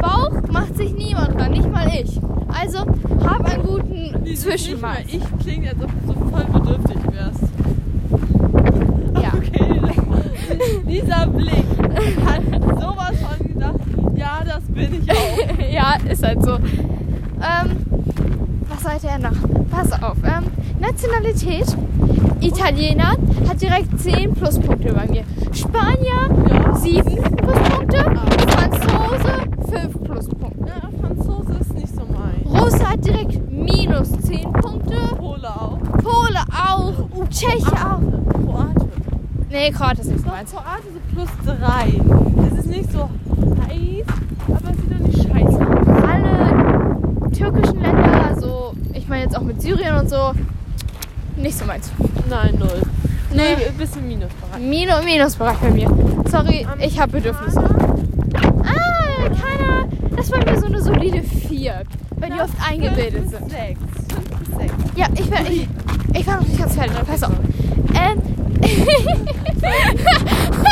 Bauch macht sich niemand dran, nicht mal ich. Also hab einen guten
Dieses
Zwischenmaß.
nicht mal Ich klinge, als ob du so voll bedürftig wärst.
Ja.
Okay. Dieser Blick hat sowas von gedacht. Ja, das bin ich auch.
ja, ist halt so. Ähm, was sollte er noch? Pass auf. Ähm, Nationalität. Italiener hat direkt 10 Pluspunkte bei mir. Spanier
Ja.
7 Pluspunkte. Franzose 5 Pluspunkte.
Ja, Franzose ist nicht so mein.
Russe hat direkt minus 10 Punkte.
Pole auch.
Pole auch. Tscheche auch.
Kroate.
Nee, Kroatien ist nicht
Doch,
meins.
Kroate so plus drei. Es ist nicht so heiß, aber es sieht doch nicht scheiße aus.
Alle türkischen Länder, so, ich meine jetzt auch mit Syrien und so, nicht so meins.
Nein, null.
Nee.
Ein bisschen Minusbereich.
Min- und Minusbereich bei mir. Sorry, ich habe Bedürfnisse. Ah, keiner. Das war mir so eine solide 4, weil die oft eingebildet sind.
Sechs. Fünf bis sechs.
Ja, ich war, ich, ich war noch nicht ganz fertig. Pass auf. Ähm,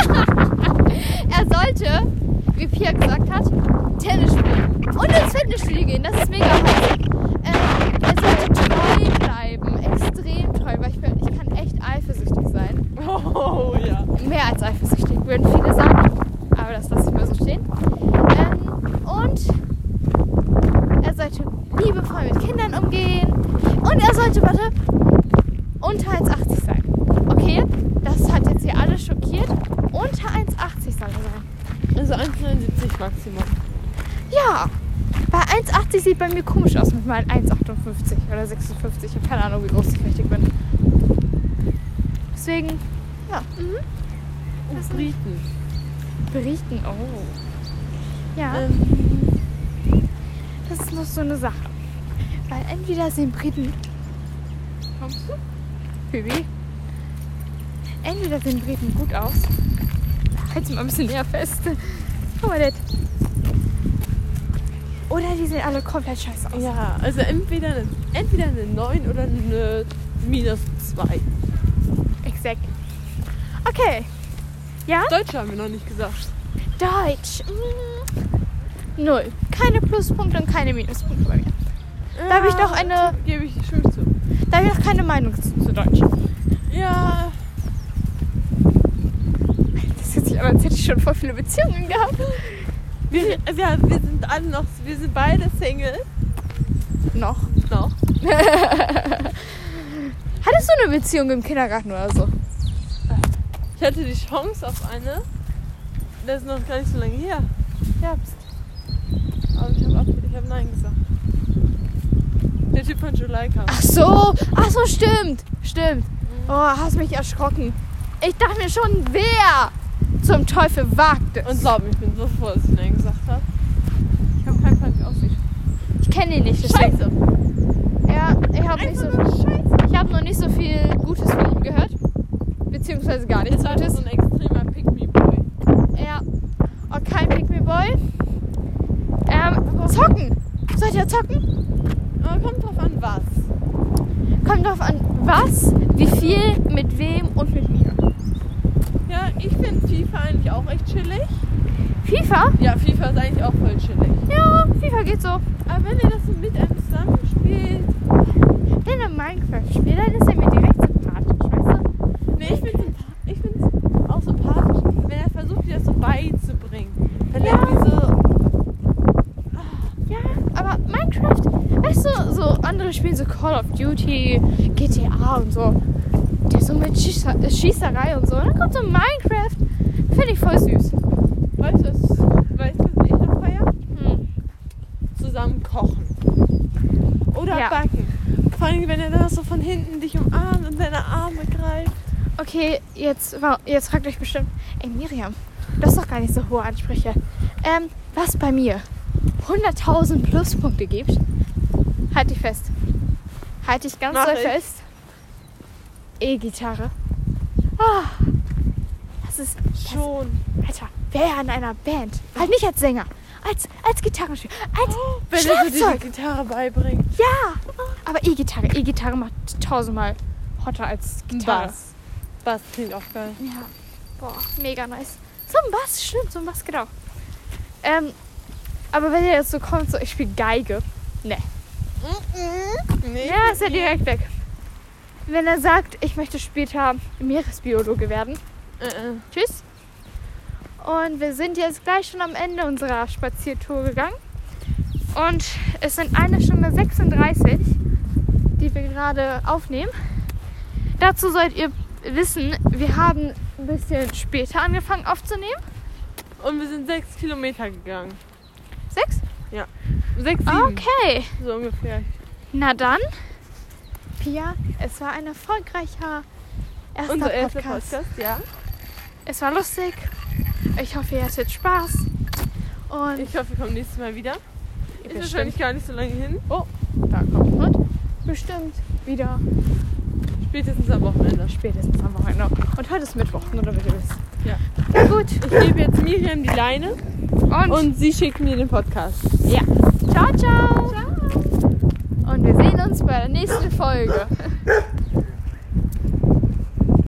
er sollte, wie Pia gesagt hat, Tennis spielen. Und ins Fitnessstudio gehen. Das ist mega hot. Ähm, er sollte treu bleiben. Extrem treu, weil ich, bin, ich kann echt eifersüchtig sein.
Oh ja.
mehr als eifersüchtig, würden viele sagen. Aber das lasse ich mal so stehen. Ähm, und er sollte liebevoll mit Kindern umgehen. Und er sollte, warte, unter 1,80 sein. Okay, das hat jetzt hier alle schockiert. Unter 1,80 soll er sein.
Also 1,79 Maximum.
Ja, bei 1,80 sieht bei mir komisch aus mit meinen 1,58 oder 56. Ich habe keine Ahnung, wie groß ich richtig bin. Deswegen, ja. Mhm.
Und
Das-
Briten.
Berichten, oh. Ja,
Ähm,
das ist noch so eine Sache. Weil entweder sind Briten,
kommst du?
Phoebe, entweder sehen Briten gut aus. Halt's mal ein bisschen näher fest. Guck mal das. Oder die sehen alle komplett scheiße aus.
Ja, also entweder eine, entweder eine 9 oder eine minus 2.
Exakt. Okay. Ja?
Deutsch haben wir noch nicht gesagt.
Deutsch. Mm. Null. Keine Pluspunkte und keine Minuspunkte bei mir. Da habe ich
Ja,
noch eine-
Gebe ich schön zu.
Da habe ich noch keine Meinung zu, zu Deutsch.
Ja,
Das hört sich an, als hätte ich schon voll viele Beziehungen gehabt.
wir, ja, wir sind alle noch, wir sind beide Single.
Noch.
Noch.
Hattest du eine Beziehung im Kindergarten oder so?
Ich hatte die Chance auf eine. Das ist noch gar nicht so lange her.
Herbst.
Aber ich habe hab Nein gesagt. Der Typ von July kam.
Ach so, ach so, stimmt, stimmt.
Mhm.
Oh, hast mich erschrocken. Ich dachte mir schon, wer zum Teufel wagt es?
Und glaub mir, ich bin so froh, dass ich Nein gesagt habe. Ich habe keinen Plan, wie aussieht.
ich kenne ihn nicht. deswegen-
Scheiße!
Ja, ich habe nicht so,
Einfach nur Oh, Scheiße!
ich habe noch nicht so viel Gutes von ihm gehört, beziehungsweise gar nichts
Das war einfach
Gutes.
so ein extremer Pick-Me-Boy.
Ja, und kein Pick Me Boy. Ähm, zocken. Sollt ihr zocken?
Aber kommt drauf an, was.
Kommt drauf an, was, wie viel, mit wem und mit mir.
Ja, ich finde FIFA eigentlich auch echt chillig.
FIFA?
Ja, FIFA ist eigentlich auch voll chillig.
Ja, FIFA geht so.
Aber wenn ihr das so mit einem zusammen spielt, spielt.
Wenn er Minecraft spielt, dann ist er mir direkt sympathisch, weißt du?
Nee, ich finde ich find's auch sympathisch, wenn er versucht, dir das so beizubringen. Wenn
Ja.
er irgendwie so.
Ja, aber Minecraft, weißt du, so andere spielen so Call of Duty, GTA und so. Der so mit Schießer, äh, Schießerei und so. Und dann kommt so Minecraft. Finde ich voll süß.
Weißt du, was, weißt du, was ich noch feier?
Hm.
Zusammen kochen. Oder
Ja.
backen. Vor allem, wenn er dann so von hinten dich umarmt und deine Arme greift.
Okay, jetzt, wa- jetzt fragt euch bestimmt, ey Miriam, das ist doch gar nicht so hohe Ansprüche. Ähm, was bei mir 100.000 Pluspunkte gibt, halte ich fest. Halte ich ganz
Mach
doll
ich.
fest. E-Gitarre. Ah, das ist
Schon.
Alter, wer in einer Band? Halt nicht als Sänger, als, als Gitarrenspieler, als
Wenn er dir diese
Schlagzeug.
Gitarre beibringt.
Ja, aber E-Gitarre, E-Gitarre macht tausendmal hotter als Gitarre.
Bass. Bass klingt auch geil.
Ja, boah, mega nice. Zum Bass, stimmt, zum Bass, genau. Ähm, aber wenn ihr jetzt so kommt, so ich spiele Geige.
Nee.
Ja, ist er direkt weg. Wenn er sagt, ich möchte später Meeresbiologe werden.
Äh, äh.
Tschüss. Und wir sind jetzt gleich schon am Ende unserer Spaziertour gegangen. Und es sind eine Stunde 36, die wir gerade aufnehmen. Dazu sollt ihr wissen, wir haben ein bisschen später angefangen aufzunehmen.
Und wir sind sechs Kilometer gegangen.
Sechs?
Sechs, sieben,
Okay.
so ungefähr.
Na dann, Pia, es war ein erfolgreicher erster
Unser
Podcast.
erster Podcast, ja.
Es war lustig. Ich hoffe, ihr hattet Spaß. Und
Ich hoffe, wir kommen nächstes Mal wieder. Ist wahrscheinlich
bestimmt,
gar nicht so lange hin. Oh,
da kommt ein Hund. Bestimmt wieder
spätestens am Wochenende.
spätestens am Wochenende. Und heute ist Mittwoch, nur damit ihr wisst.
Ja.
Na gut.
Ich gebe jetzt Miriam die Leine
Und,
und sie schickt mir den Podcast.
ja. Ciao, ciao. Ciao. Und wir sehen uns bei der nächsten Folge.